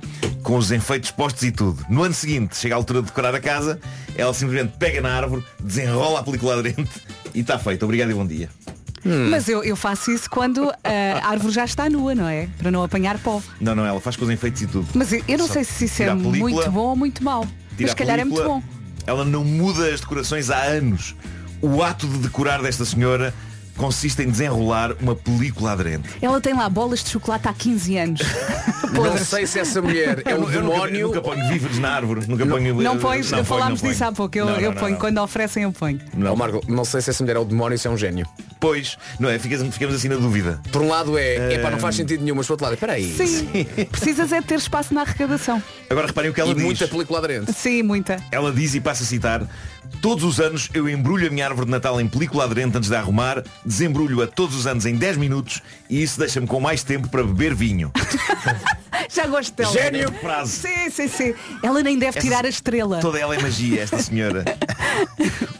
Com os enfeites postos e tudo. No ano seguinte, chega a altura de decorar a casa, ela simplesmente pega na árvore, desenrola a película aderente e está feito. Obrigado e bom dia.
Hum. Mas eu, eu faço isso quando uh, a árvore já está nua, não é? Para não apanhar pó.
Não, não, ela faz com os enfeites e tudo.
Mas eu, eu não
Só
sei se isso
tira
é
a película,
muito bom ou muito mau. Mas
tira
se
a
calhar é muito
película.
bom.
Ela não muda as decorações há anos. O ato de decorar desta senhora consiste em desenrolar uma película aderente.
Ela tem lá bolas de chocolate há 15 anos.
Não sei se essa mulher é
Eu,
um
eu nunca-
demónio.
nunca, ponho víveres na árvore. Nunca ponho. eh,
não pões,
não ponho,
falámos
não ponho.
disso há pouco. Eu,
Não, não,
eu
não,
ponho,
não. Hum.
quando oferecem, eu ponho.
Ó, Oh, Marco, não sei se essa mulher é o demónio ou se é um gênio.
Pois, não é? Ficas- Ficamos assim na dúvida.
Por um lado é, epá, não faz sentido nenhum, mas por outro lado, é, peraí.
Sim, precisas é de ter espaço na arrecadação.
Agora reparem o que ela
E
diz.
muita película aderente.
Sim, muita.
Ela diz e passa a citar Todos os anos eu embrulho a minha árvore de Natal em película aderente antes de a arrumar, desembrulho-a todos os anos em 10 minutos e isso deixa-me com mais tempo para beber vinho.
Já gosto dela.
Gênio!
Frase.
Sim, sim, sim. Ela nem deve tirar a estrela.
Toda ela é magia, esta senhora.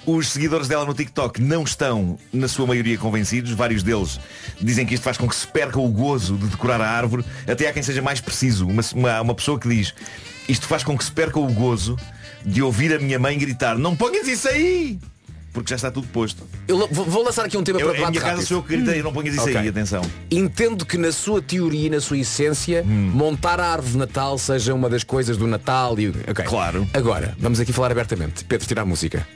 Os seguidores dela no TikTok não estão, na sua maioria, convencidos. Vários deles dizem que isto faz com que se perca o gozo de decorar a árvore. Até há quem seja mais preciso. Uma, uma, uma pessoa que diz isto faz com que se perca o gozo de ouvir a minha mãe gritar não ponhas isso aí! porque já está tudo posto.
Eu la- vou- vou lançar aqui um tema
Eu,
para
em
debate
minha casa
rápido.
sou eu que gritei, não ponhas isso
Ok.
aí, atenção.
Entendo que na sua teoria e na sua essência montar a árvore de Natal seja uma das coisas do Natal e Claro. Agora, vamos aqui falar abertamente. Pedro, tira a música.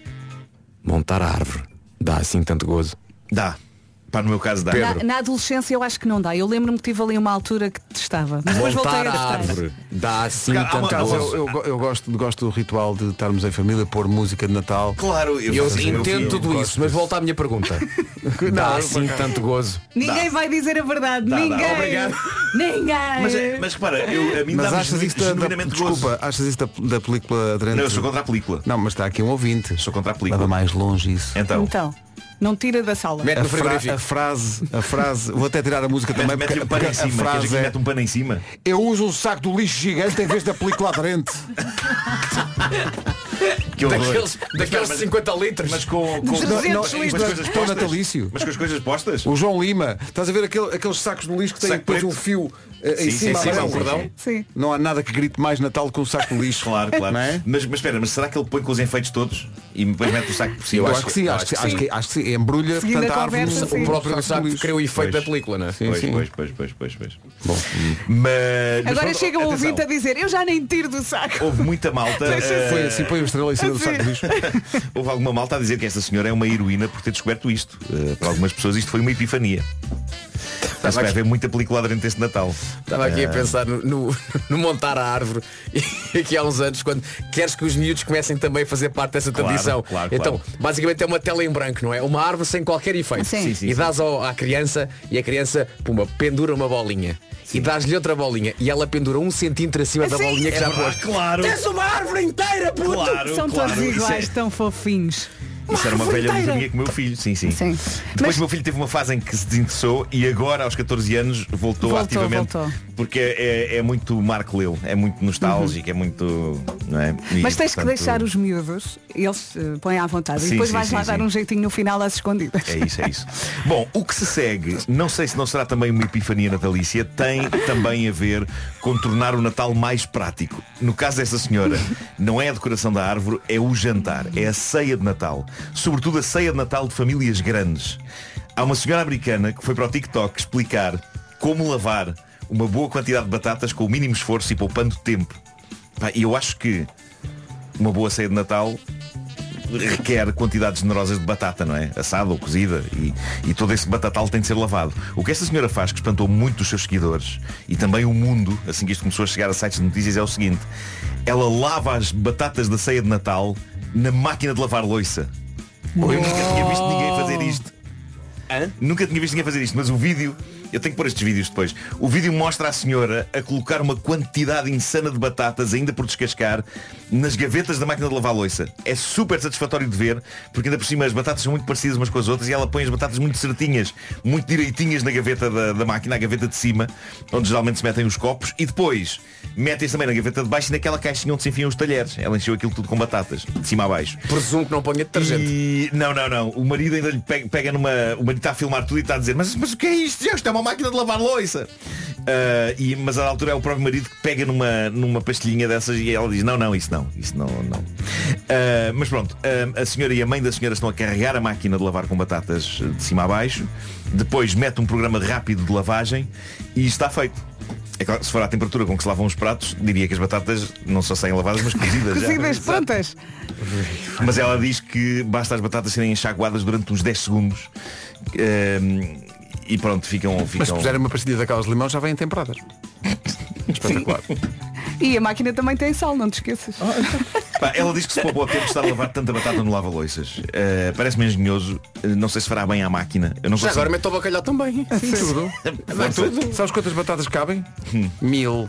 Montar a árvore dá assim tanto gozo.
Dá. Para no meu caso dá.
Na, na adolescência eu acho que não dá. Eu lembro-me que tive ali uma altura que testava. Mas depois voltei a
montar a
testar.
árvore dá assim
Cara, há uma-
tanto
há uma-
gozo.
Ah, eu, eu- eu gosto, gosto do ritual de estarmos em família, pôr música de Natal.
Claro,
eu, entendo tudo isso, mas volta à minha pergunta. dá assim tanto gozo.
Ninguém vai dizer a verdade.
Dá, dá.
Ninguém.
Obrigado.
Ninguém.
Mas, é- mas repara, eu, a mim
Mas
dá-me
achas isso
é
da, da,
genuinamente gozo.
desculpa, achas isso da, da película aderente?
Não, eu sou contra a película.
Não, mas está aqui um ouvinte.
Sou contra a película.
Leva mais longe isso.
Então,
Então, não tira da sala.
Mete
A,
no
fra- a
frigorífico.
frase, a frase, vou até tirar a música também,
mete,
porque,
mete um
porque
pano em
a
cima. Queres
frase
que
é,
mete um pano em cima?
eu uso um saco do lixo gigante em vez da película aderente.
Que horror.
Daqueles,
Mas,
daqueles
mas-
50 litros.
Mas com, com,
Não, não,
mas com as
mas
coisas
tão
postas.
natalício.
Mas com as coisas postas.
O João Lima, estás a ver aquele- aqueles sacos do lixo que têm
Saco
depois
preto.
um fio eh, em
Sim,
cima,
sim, sim,
amarelo?
sim, sim, sim.
Sim.
Não há nada que grite mais Natal que um saco de lixo.
Claro, claro.
Não é?
Mas, mas espera, mas será que ele põe com os enfeites todos e depois mete o saco por
Eu
cima?
acho que sim, acho que acho que- acho que sim. Embrulha,
Seguindo
portanto,
a
a árvore
conversa,
no-
sim.
o
no
próprio
saco
saco
do
que
lixo.
criou o efeito
Pois.
da película, não é?
Pois,
sim.
pois, pois, pois, pois, pois. Mas, mas
Agora
pronto,
chega o
atenção.
ouvinte a dizer, eu já nem tiro do saco.
Houve muita malta. eh,
Foi assim, põe a estrela em cima do saco de lixo.
houve alguma malta a dizer que esta senhora é uma heroína por ter descoberto isto. Eh, para algumas pessoas isto foi uma epifania. Mas vai
aqui-
haver muita película durante este Natal.
Estava aqui
Eh,
a pensar no, no- no montar a árvore e aqui há uns anos quando queres que os miúdos comecem também a fazer parte dessa
Claro,
tradição.
claro,
então,
claro.
basicamente é uma tela em branco, não é? Uma árvore sem qualquer efeito.
Sim. Sim,
sim,
e
sim.
dás ao- à criança e a criança, puma, pendura uma bolinha. E dás-lhe outra bolinha e ela pendura um centímetro acima da
Assim?
bolinha
É
que já pôs.
claro,
Tens uma árvore inteira, puto!
claro,
São
claro.
todos
Isso é-
iguais, tão fofinhos.
Isso era uma
árvore
velha
inteira.
luzinha com o meu filho, sim, sim.
Sim.
Depois
Mas-
o meu filho teve uma fase em que se desinteressou e agora, aos 14 anos, voltou,
Voltou,
ativamente.
voltou.
Porque é, é- é muito Marco Leu, é muito nostálgico, é muito. Não é? E,
Mas tens que
portanto,
deixar os miúdos, eles eh, põem à vontade. e
Sim,
depois
sim,
vais
sim,
lá
sim.
dar um jeitinho no final às escondidas.
É isso, é isso. Bom, o que se segue, não sei se não será também uma epifania natalícia, tem também a ver com tornar o Natal mais prático. No caso desta senhora, não é a decoração da árvore, é o jantar, é a ceia de Natal. Sobretudo a ceia de Natal de famílias grandes. Há uma senhora americana que foi para o TikTok explicar como lavar uma boa quantidade de batatas com o mínimo esforço e poupando tempo. Pá, E eu acho que uma boa ceia de Natal requer quantidades generosas de batata, não é? Assada ou cozida e, e todo esse batatal tem de ser lavado. O que esta senhora faz, que espantou muito os seus seguidores e também o mundo, assim que isto começou a chegar a sites de notícias, é o seguinte. Ela lava as batatas da ceia de Natal na máquina de lavar loiça. Eu nunca tinha visto ninguém fazer isto. Nunca tinha visto ninguém fazer isto, mas o vídeo, eu tenho que pôr estes vídeos depois. O vídeo mostra a senhora a colocar uma quantidade insana de batatas, ainda por descascar, nas gavetas da máquina de lavar louça. É super satisfatório de ver, porque ainda por cima as batatas são muito parecidas umas com as outras e ela põe as batatas muito certinhas, muito direitinhas na gaveta da, da máquina, a gaveta de cima, onde geralmente se metem os copos, e depois metem-se também na gaveta de baixo e naquela caixinha onde se enfiam os talheres. Ela encheu aquilo tudo com batatas, de cima a baixo.
Presumo que não ponha detergente.
E... Não, não, não. O marido ainda lhe pega, pega numa. O marido está a filmar tudo e está a dizer, mas, mas o que é isto? Deus, Isto é uma máquina de lavar louça. Ah, e, mas à altura é o próprio marido que pega numa, numa pastilhinha dessas e ela diz, não, não, isso não, isso não, não. Ah, mas pronto, ah, a senhora e a mãe da senhora estão a carregar a máquina de lavar com batatas eh, de cima a baixo, depois mete um programa rápido de lavagem e está feito. É claro, se for à temperatura com que se lavam os pratos, diria que as batatas não só saem lavadas, mas cozidas. já.
Cozidas prontas.
Mas ela diz que basta as batatas serem enxaguadas durante uns 10 segundos Ehm, e pronto, ficam,
Mas se
ficam
puserem uma pastilha daquelas de limão Então. já vêm temperadas. Espetacular.
E a máquina também tem sal, não te esqueças.
Ah. Pá, ela diz que se poupou tempo de estar a lavar tanta batata no lava-loiças. Eh, Parece-me engenhoso, Eh, não sei se fará bem à máquina. Eu não
Já
consigo-
agora mete o bacalhau também.
É, Tudo. Sabes quantas batatas cabem? Mil.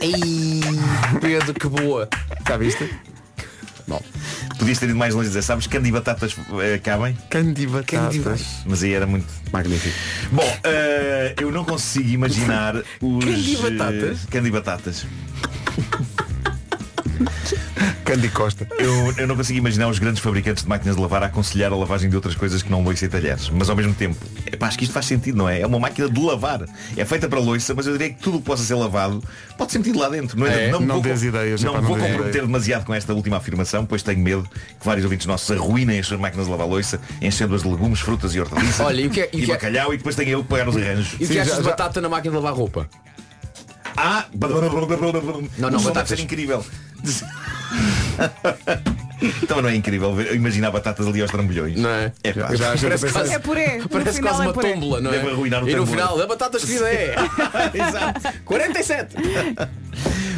Ei, Pedro, que boa.
Já viste?
Podias ter ido mais longe e dizer, sabes, candy batatas eh, cabem?
Candibatatas.
Mas aí era muito.
Magnífico.
Bom, eh, eu não consigo imaginar os.
Candy batatas?
eh, candy batatas.
Candy Costa.
Eu, eu não consigo imaginar os grandes fabricantes de máquinas de lavar a aconselhar a lavagem de outras coisas que não loiça e talheres. Mas ao mesmo tempo, epá, acho que isto faz sentido, não é? É uma máquina de lavar. É feita para loiça, mas eu diria que tudo o que possa ser lavado pode ser metido lá dentro. Não, é?
É,
me
não
vou,
dês ideias,
Não
epá, não
vou
dês
comprometer
ideias.
demasiado com esta última afirmação, pois tenho medo que vários ouvintes nossos arruinem as suas máquinas de lavar loiça, enchendo-as de legumes, frutas e hortaliças.
Olha, e o que é- e o
e
que é-
bacalhau e depois tenho eu que pagar os arranjos.
E o que
Sim,
achas
já-
de
já-
batata na máquina de lavar roupa?
Ah!
Não,
Não,
não,
não,
batatas.
batata ser incrível. Então não é incrível ver- imaginar batatas ali aos trambolhões. Não
é?
pá.
Já- já- Parece quase-
É purê. No
Parece
final
quase
é
uma
purê.
tómbola, não é?
Devo arruinar o
e no
tambor.
final, a batata escolhida é
Exato.
47.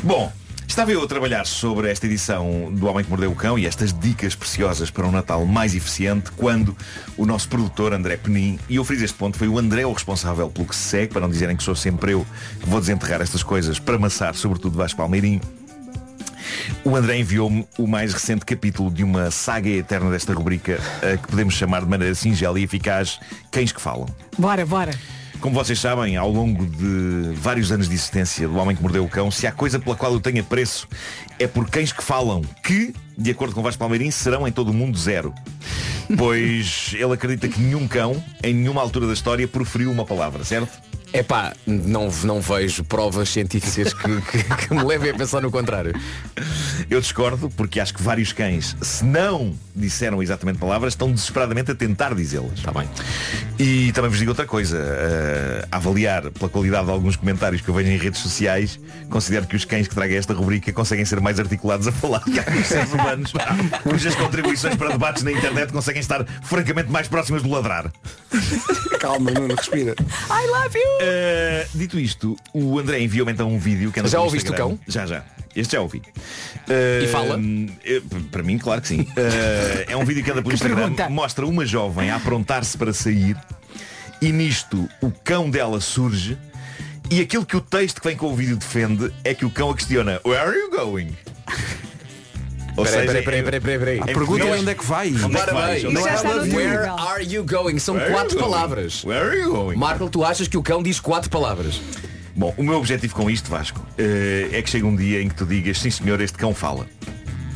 Bom, estava eu a trabalhar sobre esta edição do Homem que Mordeu o Cão e estas dicas preciosas para um Natal mais eficiente quando o nosso produtor André Penin, e eu friso este ponto, foi o André o responsável pelo que se segue, para não dizerem que sou sempre eu que vou desenterrar estas coisas para amassar, sobretudo Vasco Palmeirinho. O André enviou-me o mais recente capítulo de uma saga eterna desta rubrica, eh, que podemos chamar de maneira singela e eficaz Cães que Falam.
Bora, bora.
Como vocês sabem, ao longo de vários anos de existência do Homem que Mordeu o Cão, se há coisa pela qual eu tenho apreço, é por cães que falam que, de acordo com Vasco Palmeirim, serão em todo o mundo zero. Pois ele acredita que nenhum cão, em nenhuma altura da história, proferiu uma palavra, certo?
É pá, não, não vejo provas científicas que, que- que me levem a pensar no contrário.
Eu discordo porque acho que vários cães, se não disseram exatamente palavras, estão desesperadamente a tentar dizê-las. Está bem. E também vos digo outra coisa. eh, a avaliar pela qualidade de alguns comentários que eu vejo em redes sociais, considero que os cães que tragam esta rubrica conseguem ser mais articulados a falar que alguns seres humanos cujas contribuições para debates na internet conseguem estar francamente mais próximas do ladrar.
Calma, Nuno, respira.
I love you!
Uh, dito isto, o André enviou-me então um vídeo que anda
Já
pelo
ouviste o
Instagram.
cão?
Já, já. Este já ouvi.
E
Uh,
fala?
eu- p- para mim, claro que sim. Uh, é um vídeo que anda pelo Instagram.
pergunta?
Mostra uma jovem a aprontar-se para sair e nisto o cão dela surge e aquilo que o texto que vem com o vídeo defende é que o cão a questiona Where are you going? Ou
Peraí,
seja,
peraí, peraí, peraí, peraí, peraí.
A
É
pergunta é
português.
onde é que vai?
Onde é que vais?
Parabéns.
Onde é
Isso já
que
está
vais?
no
Where
Google.
are you going? São
Where are you
quatro
going?
palavras.
Where are you going?
Marco, tu achas que o cão diz quatro palavras?
Bom, o meu objetivo com isto, Vasco, eh, é que chegue um dia em que tu digas, sim senhor, este cão fala.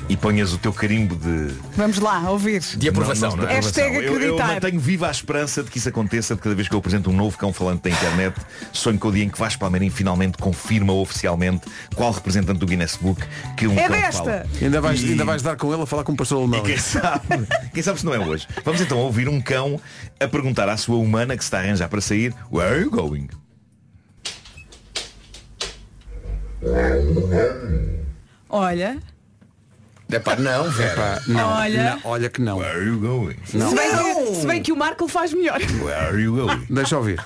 E ponhas o teu carimbo de.
Vamos lá, ouvir.
De aprovação, não,
Não, não,
é?
de
Hashtag
aprovação. eu, eu
acreditar.
mantenho viva a esperança de que isso aconteça de cada vez que eu apresento um novo cão falante da internet. Sonho com o dia em que Vasco Palmeirim finalmente confirma oficialmente qual representante do Guinness Book que um
É
cão
desta.
fala.
Ainda vais,
E-
ainda vais dar com ele a falar com um pastor
E
alemão.
quem sabe, quem sabe se não é hoje. Vamos então ouvir um cão a perguntar à sua humana que se está a arranjar para sair Where are you going?
Olha,
É pá, não, velho.
Pá, não,
Olha.
não, olha que não.
Where are you going?
Se, bem que, se bem que o Marco faz melhor.
Where are you going?
Deixa eu ouvir.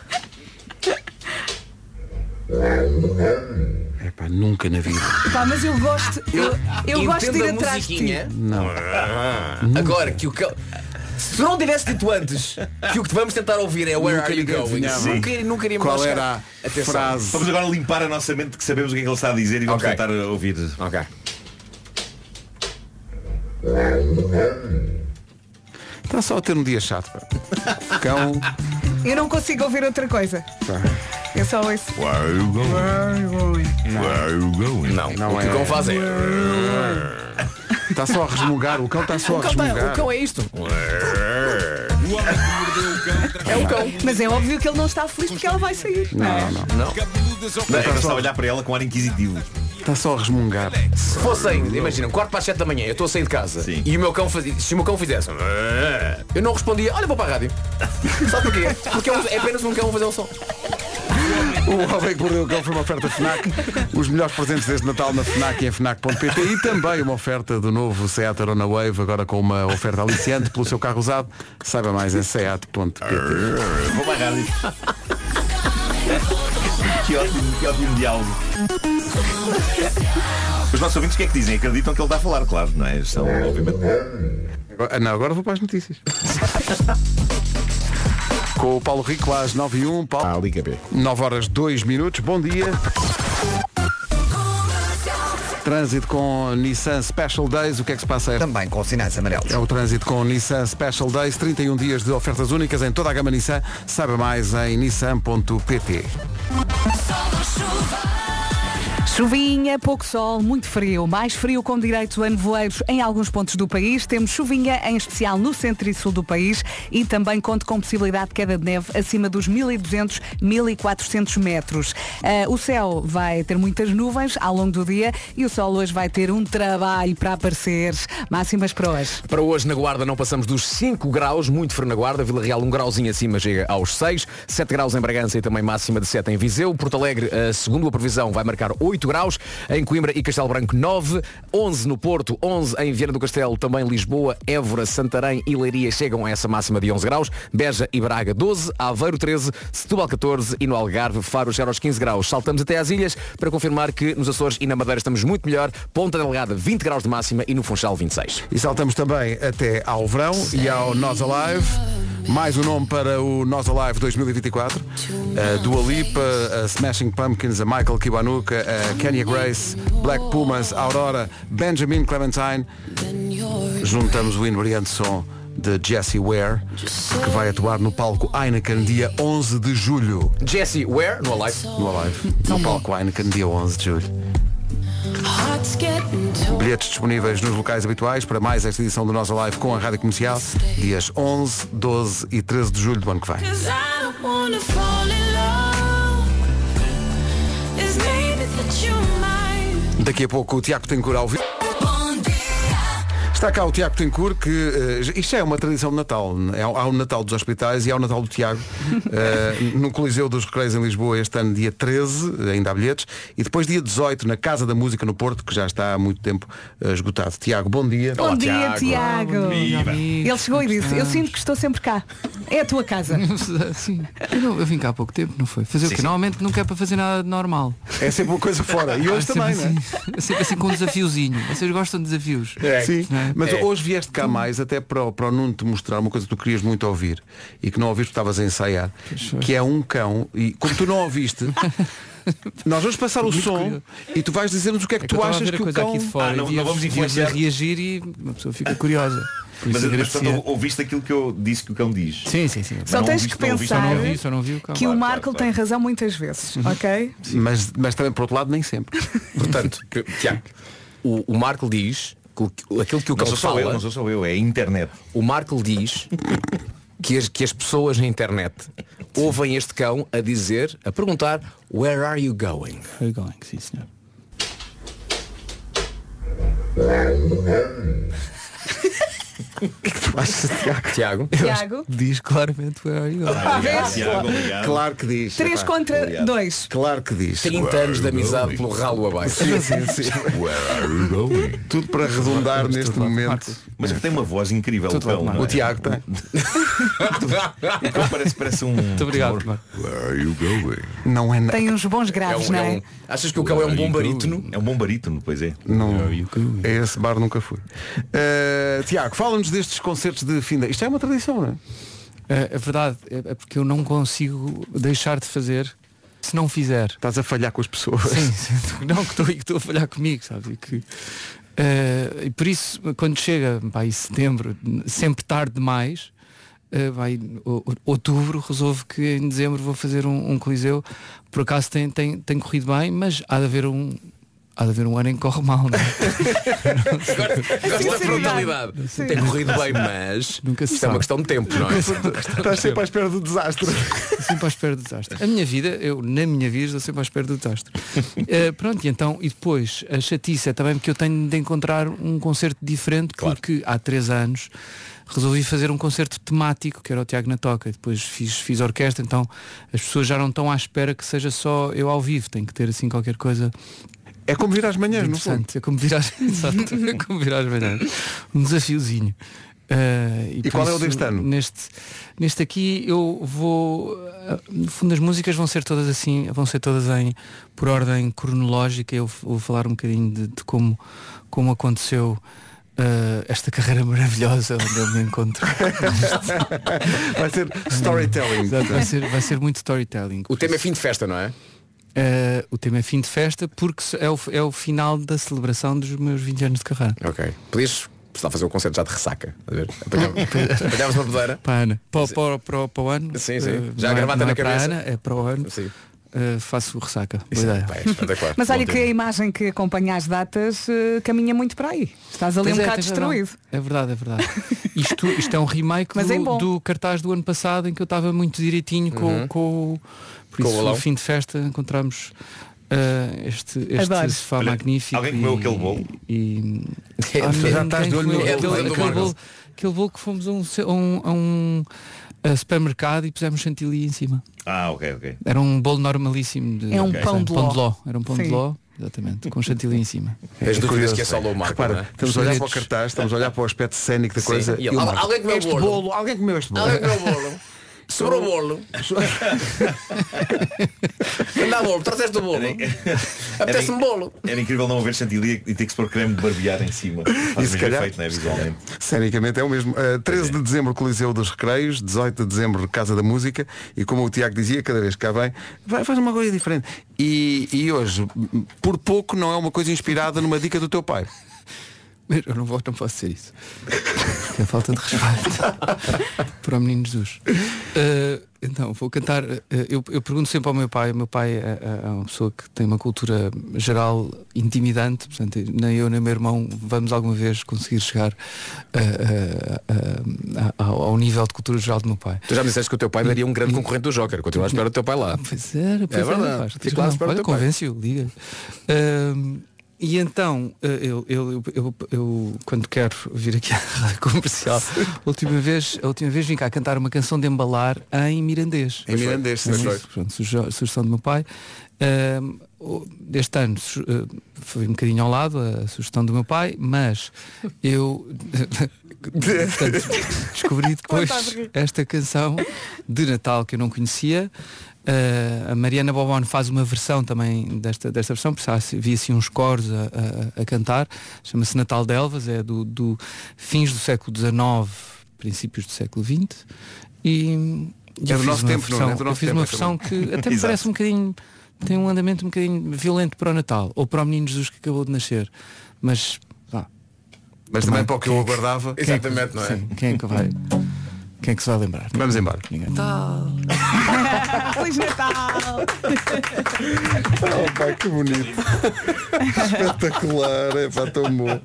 Epá, nunca na vida.
Pá, mas eu gosto, eu, eu gosto de ir
Entendo a
atrás de ti.
musiquinha. Ah. Agora que o cão. Se tu não tivesse dito antes que o que vamos tentar ouvir é Where
Nunca
are you
ninguém
going?
adivinhava.
Nunca, nunca iríamos lá
Qual
chegar.
era a
Atenção.
frase?
Vamos agora limpar a nossa mente que sabemos o que é que ele está a dizer e vamos
Ok.
tentar uh, ouvir.
Ok.
Está só a ter um dia chato. pá. Cão.
Eu não consigo ouvir outra coisa.
Tá.
Eu só ouço.
Where are you going? Where are you going?
Não,
Não
o que
é.
o cão faz é.
Está só a resmungar. O cão está só a
O cão, tá-
resmungar.
o cão é isto. É o cão.
Mas é óbvio que ele não está feliz porque ela vai sair. Não, é?
Não, não.
Não, eu estava a olhar para ela com ar inquisitivo.
Está só a resmungar.
Se fossem, imagina, um quarto para as 7 da manhã, eu estou a sair de casa
Sim.
e o meu cão fazia. Se o meu cão fizesse. Eu não respondia, olha vou para a rádio. Sabe porquê? Porque é um- é apenas um cão a fazer um som.
O Homem que Mordeu o Cão foi uma oferta FNAC. Os melhores presentes deste Natal na FNAC e em FNAC.pt e também uma oferta do novo Seat Arona Wave, agora com uma oferta aliciante pelo seu carro usado. Saiba mais em Seat.pt.
Vou para a rádio. que ótimo, que ótimo diálogo. Os nossos ouvintes o que é que dizem? Acreditam que ele está a falar, claro, não é? São, obviamente.
Agora- ah, não, agora vou para as notícias. Com o Paulo Rico às 9 e 1, Paulo,
Ah, Liga B.
9 horas 2 minutos, bom dia. Trânsito com Nissan Special Days, o que é que se passa a esta
Também com sinais amarelos.
É o trânsito com Nissan Special Days, 31 dias de ofertas únicas em toda a gama Nissan. Saiba mais em nissan.pt.
Chuvinha, pouco sol, muito frio. Mais frio com direito a nevoeiros em alguns pontos do país. Temos chuvinha, em especial no centro e sul do país. E também conto com possibilidade de queda de neve acima dos 1.200, 1.400 metros. Ah, o céu vai ter muitas nuvens ao longo do dia e o sol hoje vai ter um trabalho para aparecer. Máximas para hoje.
Para hoje na Guarda não passamos dos 5 graus, muito frio na Guarda, Vila Real um grauzinho acima chega aos 6, 7 graus em Bragança e também máxima de 7 em Viseu, Porto Alegre, eh, segundo a previsão, vai marcar 8 graus, em Coimbra e Castelo Branco 9, 11 no Porto, 11 em Viana do Castelo, também Lisboa, Évora, Santarém e Leiria chegam a essa máxima de 11 graus, Beja e Braga 12, Aveiro 13, Setúbal 14 e no Algarve, Faro chega aos 15 graus. Saltamos até às ilhas para confirmar que nos Açores e na Madeira estamos muito melhor, Ponta Delgada 20 graus de máxima e no Funchal 26.
E saltamos também até ao verão e ao Nós Alive. Mais um nome para o Nós Alive 2024. A Dua Lipa, a Smashing Pumpkins, a Michael Kiwanuka, a Kenya Grace, Black Pumas, Aurora, Benjamin Clementine. Juntamos o inebriante som de Jesse Ware, que vai atuar no palco Heineken dia 11 de julho.
Jesse, where? No Alive?
No Alive. No palco Heineken dia 11 de julho. Bilhetes disponíveis nos locais habituais para mais esta edição do Nossa Live com a Rádio Comercial, dias 11, 12 e 13 de julho do ano que vem. Daqui a pouco o Tiago Tencourt ao vivo. Está cá o Tiago Tencourt, que eh, isto já é uma tradição de Natal. É, há o Natal dos hospitais e há o Natal do Tiago. eh, no Coliseu dos Recreios em Lisboa este ano, dia 13, ainda há bilhetes. E depois dia 18, na Casa da Música no Porto, que já está há muito tempo eh, esgotado. Tiago, bom dia.
Bom dia, Tiago. Ele chegou e disse, eu sinto que estou sempre cá. É a tua casa.
Sim. Eu, eu vim cá há pouco tempo, não foi? Fazer o quê? Normalmente nunca é para fazer nada de normal.
É sempre uma coisa fora. E hoje também,
Ah, sempre
não
assim, é? Sempre assim com um desafiozinho. Vocês gostam de desafios.
Sim,
Não é?
mas hoje vieste cá mais até para o, para o Nuno te mostrar uma coisa que tu querias muito ouvir e que não ouviste porque estavas a ensaiar, que é um cão, e como tu não ouviste, nós vamos passar o
Muito
som
curioso.
e tu vais dizer-nos o que é que
É que eu
tu
estava a
achas
ver a
que o
coisa
cão.
aqui de fora
Ah,
e
não-
vi
não
as
vamos
pessoas a
influenciar.
reagir e uma pessoa fica curiosa. Por
Mas,
isso
mas portanto,
agradecia.
ou- ouviste aquilo que eu disse que o cão diz.
Sim, sim, sim.
Só
Não
tens
ouviste,
que
não ouviste,
pensar
Só não ouvi, só não ouvi o cão.
que o Marco tem razão muitas vezes, ok?
Mas, mas também por outro lado nem sempre.
Portanto, que- Tiago, o, o Marco diz que o- aquilo que o
Não
cão
sou só
fala,
eu, não sou só eu, é a internet.
o Marco diz que as, que as pessoas na internet ouvem este cão a dizer, a perguntar Where are you going?
Foi going, sim, senhor.
Tiago,
Tiago,
Diz claramente where are you going.
Obrigado, Tiago, obrigado.
Claro que diz.
3
epá,
contra
obrigado.
2.
Claro que diz.
30 anos de amizade pelo ralo abaixo.
Sim, sim, sim. Tudo para redundar neste momento.
Mas tem uma voz incrível, o
Tudo bem,
cão. não
Marco.
O
é?
Tiago tem.
O cão parece, parece um.
Muito obrigado, Marco.
Não é nada.
Tem uns bons
É
graves,
um-
não
é
é?
um- achas que o cão é um bom barítono?
É um bom barítono, pois é.
Não, a esse bar nunca fui. Eh, Tiago, fala-nos destes concertos de fim de Isto é uma tradição, não é?
É, é verdade, é é porque eu não consigo deixar de fazer se não fizer.
Estás a falhar com as pessoas.
Sim, sim. não que estou que estou a falhar comigo, sabes? E, que, eh, e por isso, quando chega pá, em setembro, sempre tarde demais, eh, vai, o- o- outubro, resolvo que em dezembro vou fazer um, um coliseu. Por acaso tem, tem, tem corrido bem, mas há de haver um. Há de haver um ano em que corre mal, não é?
Gosto da
sim.
frontalidade. Tem corrido bem, mas
Nunca se
isto é uma
sabe.
questão de tempo, não é?
Estás sempre à espera do desastre.
sempre à espera do desastre. A minha vida, eu na minha vida estou sempre à espera do desastre. Eh, pronto, e então, e depois, a chatice é também porque eu tenho de encontrar um concerto diferente, porque há três anos resolvi fazer um concerto temático, que era o Tiago na Toca, depois fiz, fiz orquestra, então as pessoas já não estão à espera que seja só eu ao vivo, tem que ter assim qualquer coisa
É como vir às manhãs, não fundo.
interessante. É como virar, exato, é como virar as manhãs. Um desafiozinho. Ah,
E
por
qual é o
isso,
deste ano?
Neste, neste aqui eu vou. ah, No fundo as músicas vão ser todas assim, vão ser todas em por ordem cronológica. Eu f- vou falar um bocadinho de, de como, como aconteceu ah, esta carreira maravilhosa onde eu me encontro.
Vai ser storytelling.
Exato, vai, ser, vai ser muito storytelling.
O tema é fim de festa, não é?
Ah, o tema é fim de festa porque se- é o, é o final da celebração dos meus 20 anos de carreira.
Ok. Podias precisar fazer um concerto já de ressaca. A ver? Apanhava- Apanhavas uma pedreira.
Para a Ana. Para, para, para, para o ano.
Sim, sim.
Eh,
Já
não
gravata
não
na
é para a
cabeça.
Ana, é para o ano.
Sim.
eh, faço ressaca.
Isso
Boa
é,
ideia.
pá, é espetacular.
Mas olha que a imagem que acompanha as datas eh, caminha muito para aí. Estás ali
Pois
um
é,
bocado
tens razão.
destruído.
É verdade, é verdade. Isto, isto é um remake
Mas
do,
em bom.
do cartaz do ano passado em que eu estava muito direitinho com,
Uhum.
com Por
Com o
isso,
balão.
no fim de festa, encontramos ah, este,
Adoro.
este sofá
Olha,
magnífico.
alguém comeu
e-
aquele bolo?
E,
É,
Ah,
tu
não,
já estás
ninguém
de olho no-
comeu
é
aquele,
do- do
aquele
Marcos.
bolo, aquele bolo que fomos a um, ce- a um- a um, ah, supermercado e pusemos chantilly em cima.
Ah, ok, ok.
Era um bolo normalíssimo. De,
É um
Ok.
pão de ló.
Era um pão de
Sim.
ló, exatamente, com chantilly em cima.
As dúvidas
curioso.
que é só low marca,
Repara,
não é?
estamos a olhar para o cartaz, estamos a olhar para o aspecto cénico da
Sim,
coisa.
e
e o
al-
Marco,
alguém comeu
este
bolo?"
Alguém comeu este bolo.
Alguém comeu bolo. Sobrou bolo. Anda bolo, trazeste o bolo. Apetece-me
inc-
bolo.
Era incrível não haver chantilly e ter que se pôr creme de barbear em cima. Faz o
se
mesmo
calhar-
efeito, não é? Visualmente.
Cénicamente é o mesmo. Uh, 13 de dezembro, Coliseu dos Recreios, 18 de dezembro, Casa da Música, e como o Tiago dizia, cada vez que cá vem, vai, faz uma coisa diferente. E, e hoje, m- por pouco, não é uma coisa inspirada numa dica do teu pai.
Mas eu não, vou, não posso ser isso. Que é falta de respeito para o menino Jesus. Eh, então, vou cantar. eh, eu, eu pergunto sempre ao meu pai. O meu pai é, é- é uma pessoa que tem uma cultura geral intimidante. Portanto, nem eu nem meu irmão vamos alguma vez conseguir chegar eh, eh, eh, ao, ao nível de cultura geral do meu pai.
Tu já me disseste que o teu pai daria um grande concorrente do Joker. Continua à espera do teu pai lá.
Ah, Pois era, pois
É verdade.
era, rapaz,
Fico
tens
lá à
razão.
espera do
Olha,
teu pai.
convence-o, liga-lhe. Ahm, e então, eh, eu, eu, eu, eu- eu, quando quero vir aqui à rádio comercial, a última, vez, a última vez vim cá cantar uma canção de embalar em mirandês.
Em mirandês,
Não é
sim,
isso?
foi.
Pronto, suge- sugestão do meu pai. Ahm, o- este ano su- eh, foi um bocadinho ao lado a sugestão do meu pai, mas eu portanto, descobri depois
Vontade de rir.
esta canção de Natal que eu não conhecia. Uh, a Mariana Bobon faz uma versão também desta, desta versão, porque há- vi assim uns coros a, a- a cantar, chama-se Natal de Elvas, é do, do fins do século XIX, princípios do século XX, e, e
É
eu
do
fiz
nosso
uma
tempo,
versão,
não é? Do
eu
nosso
fiz
tempo,
uma
é
versão
também.
que até me
Exato.
parece um bocadinho, tem um andamento um bocadinho violento para o Natal, ou para o menino Jesus que acabou de nascer, mas pá,
Mas também para o que eu
quem é que-
aguardava.
quem é que-
Exatamente, não é?
sim, quem é que vai? Quem é que se vai lembrar?
Vamos embora.
Ah, Feliz Natal!
Oh, pá, que bonito. Espetacular, é pá, tão bom.